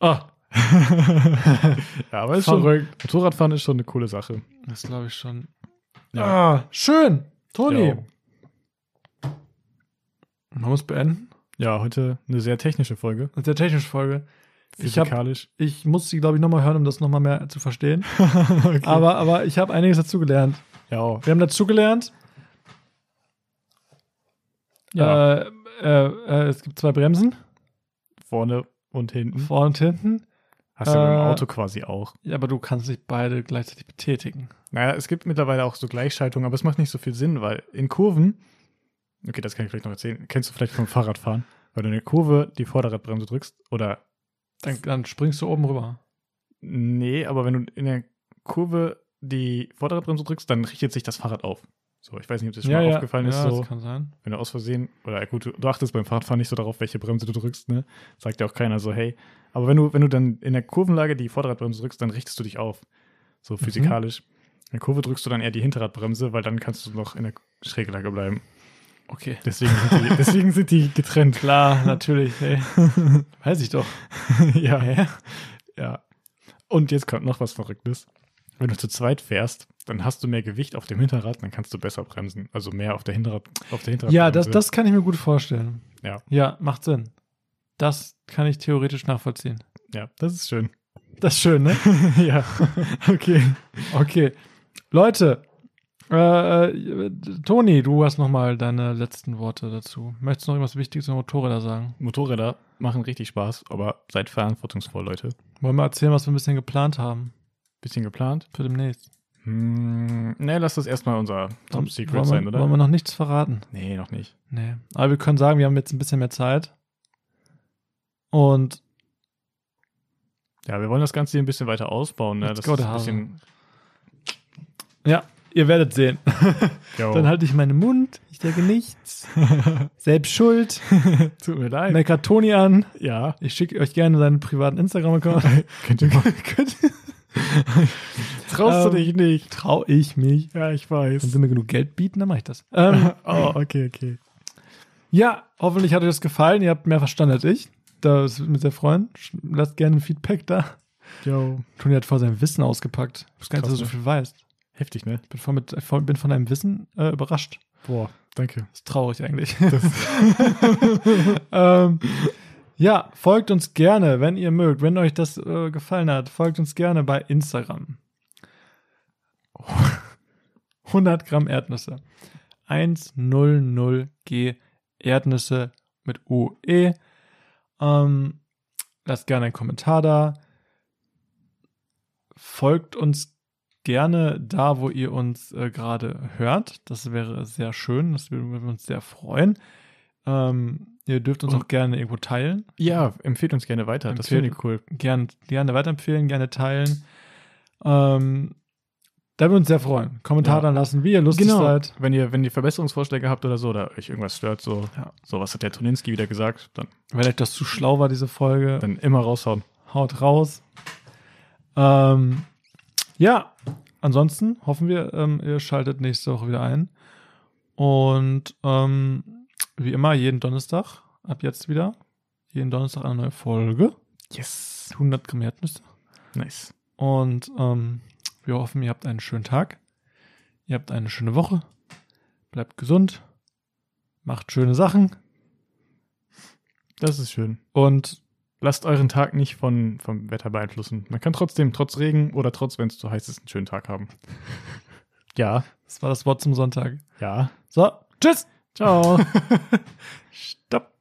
Speaker 1: Ah,
Speaker 2: ja, aber es ist schon,
Speaker 1: verrückt.
Speaker 2: Motorradfahren ist schon eine coole Sache.
Speaker 1: Das glaube ich schon.
Speaker 2: Ja.
Speaker 1: Ah, schön. Toni.
Speaker 2: Ja.
Speaker 1: Man muss beenden.
Speaker 2: ja, heute eine sehr technische Folge.
Speaker 1: Mit der technischen Folge. Ich hab-
Speaker 2: Physikalisch.
Speaker 1: Ich muss sie, glaube ich, nochmal hören, um das nochmal mehr zu verstehen.
Speaker 2: okay.
Speaker 1: Aber, aber ich habe einiges dazugelernt.
Speaker 2: ja,
Speaker 1: Wir haben dazugelernt.
Speaker 2: Ja.
Speaker 1: Äh, äh, äh, es gibt zwei Bremsen,
Speaker 2: vorne und hinten.
Speaker 1: vorne und hinten.
Speaker 2: Hast du ja
Speaker 1: Äh,
Speaker 2: beim Auto quasi auch.
Speaker 1: Ja, aber du kannst nicht beide gleichzeitig betätigen.
Speaker 2: Naja, es gibt mittlerweile auch so Gleichschaltungen, aber es macht nicht so viel Sinn, weil in Kurven, okay, das kann ich vielleicht noch erzählen, kennst du vielleicht vom Fahrradfahren, weil du in der Kurve die Vorderradbremse drückst oder
Speaker 1: Dann, dann springst du oben rüber.
Speaker 2: nee, aber wenn du in der Kurve die Vorderradbremse drückst, dann richtet sich das Fahrrad auf. So, ich weiß nicht, ob das schon mal aufgefallen ist,
Speaker 1: Ja,
Speaker 2: so,
Speaker 1: das kann sein.
Speaker 2: wenn du aus Versehen, oder ja, gut, du, du achtest beim Fahrradfahren nicht so darauf, welche Bremse du drückst, ne? Sagt ja auch keiner so, hey. Aber wenn du, wenn du dann in der Kurvenlage die Vorderradbremse drückst, dann richtest du dich auf.
Speaker 1: Mhm.
Speaker 2: So physikalisch. In der Kurve drückst du dann eher die Hinterradbremse, weil dann kannst du noch in der Schräglage bleiben.
Speaker 1: Okay.
Speaker 2: Deswegen sind die, deswegen sind die getrennt.
Speaker 1: Klar, natürlich. Ey. Weiß ich doch.
Speaker 2: ja. ja. Und jetzt kommt noch was Verrücktes. Wenn du zu zweit fährst, dann hast du mehr Gewicht auf dem Hinterrad, dann kannst du besser bremsen. Also mehr auf der Hinterrad, auf der Hinterradbremse.
Speaker 1: Ja, das, das kann ich mir gut vorstellen.
Speaker 2: Ja.
Speaker 1: Ja, macht Sinn. Das kann ich theoretisch nachvollziehen.
Speaker 2: Ja, das ist schön.
Speaker 1: Das ist schön, ne?
Speaker 2: ja. Okay.
Speaker 1: Okay. Leute, äh, äh, Toni, du hast nochmal deine letzten Worte dazu. Möchtest du noch irgendwas Wichtiges über Motorräder sagen?
Speaker 2: Motorräder machen richtig Spaß, aber seid verantwortungsvoll, Leute.
Speaker 1: Wollen wir erzählen, was wir ein bisschen geplant haben
Speaker 2: Bisschen geplant.
Speaker 1: für demnächst?
Speaker 2: Hm, ne, lass das erstmal unser Top Secret
Speaker 1: wollen wir,
Speaker 2: sein, oder?
Speaker 1: Wollen wir noch nichts verraten?
Speaker 2: nee, noch nicht.
Speaker 1: Nee. Aber wir können sagen, wir haben jetzt ein bisschen mehr Zeit. Und
Speaker 2: Ja, wir wollen das Ganze hier ein bisschen weiter ausbauen. Ne?
Speaker 1: Let's
Speaker 2: Das
Speaker 1: go,
Speaker 2: ist
Speaker 1: der
Speaker 2: ein
Speaker 1: Hase.
Speaker 2: bisschen.
Speaker 1: ja, ihr werdet sehen.
Speaker 2: Jo.
Speaker 1: Dann halte ich meinen Mund, ich denke nichts. Selbst schuld.
Speaker 2: Tut mir leid.
Speaker 1: Meckert Toni an.
Speaker 2: ja.
Speaker 1: Ich schicke euch gerne seinen privaten Instagram-Account.
Speaker 2: Könnt ihr mal. Traust du
Speaker 1: Ähm,
Speaker 2: dich nicht?
Speaker 1: Trau ich mich.
Speaker 2: Ja, ich
Speaker 1: Wenn
Speaker 2: weiß.
Speaker 1: sie mir genug Geld bieten, dann mache ich das. Ähm,
Speaker 2: oh, okay, okay.
Speaker 1: ja, hoffentlich hat euch das gefallen. Ihr habt mehr verstanden als ich. Das würde mich sehr freuen. Sch- Lasst gerne ein Feedback da.
Speaker 2: Jo.
Speaker 1: Toni hat voll sein Wissen ausgepackt. Ich weiß gar nicht, dass du so
Speaker 2: Krass,
Speaker 1: viel weißt.
Speaker 2: Heftig, ne?
Speaker 1: Ich bin von, mit, von, bin von deinem Wissen äh, überrascht.
Speaker 2: Boah, danke.
Speaker 1: Ist traurig eigentlich. ähm, ja, folgt uns gerne, wenn ihr mögt. Wenn euch das äh, gefallen hat, folgt uns gerne bei Instagram. 100 Gramm Erdnüsse. 100G Erdnüsse mit UE. Ähm, lasst gerne einen Kommentar da. Folgt uns gerne da, wo ihr uns äh, gerade hört. Das wäre sehr schön. Das würden wir uns sehr freuen. Ähm, ihr dürft uns
Speaker 2: Und-
Speaker 1: auch gerne irgendwo teilen.
Speaker 2: Ja, empfehlt uns gerne weiter. Das finde ich cool.
Speaker 1: Gerne, gerne weiterempfehlen, gerne teilen. Ähm, da würden wir uns sehr freuen. Kommentar
Speaker 2: Ja. Genau.
Speaker 1: dann lassen, wie ihr lustig seid.
Speaker 2: Wenn ihr, wenn ihr Verbesserungsvorschläge habt oder so, oder euch irgendwas stört, so,
Speaker 1: Ja.
Speaker 2: so was hat der Toninski wieder gesagt, dann,
Speaker 1: Wenn euch das zu schlau war, diese Folge,
Speaker 2: dann immer raushauen.
Speaker 1: haut raus. Ähm, ja, ansonsten hoffen wir, ähm, ihr schaltet nächste Woche wieder ein. Und ähm, wie immer, jeden Donnerstag, ab jetzt wieder, jeden Donnerstag eine neue Folge.
Speaker 2: Yes.
Speaker 1: 100 Gramm Erdnüsse.
Speaker 2: Nice.
Speaker 1: Und ähm, wir hoffen, ihr habt einen schönen Tag. Ihr habt eine schöne Woche. Bleibt gesund. Macht schöne Sachen.
Speaker 2: Das ist schön.
Speaker 1: Und
Speaker 2: Lasst euren Tag nicht von, vom Wetter beeinflussen. Man kann trotzdem, trotz Regen oder trotz, wenn es zu heiß ist, einen schönen Tag haben. ja,
Speaker 1: das war das Wort zum Sonntag.
Speaker 2: ja.
Speaker 1: So, tschüss.
Speaker 2: Ciao.
Speaker 1: Stopp.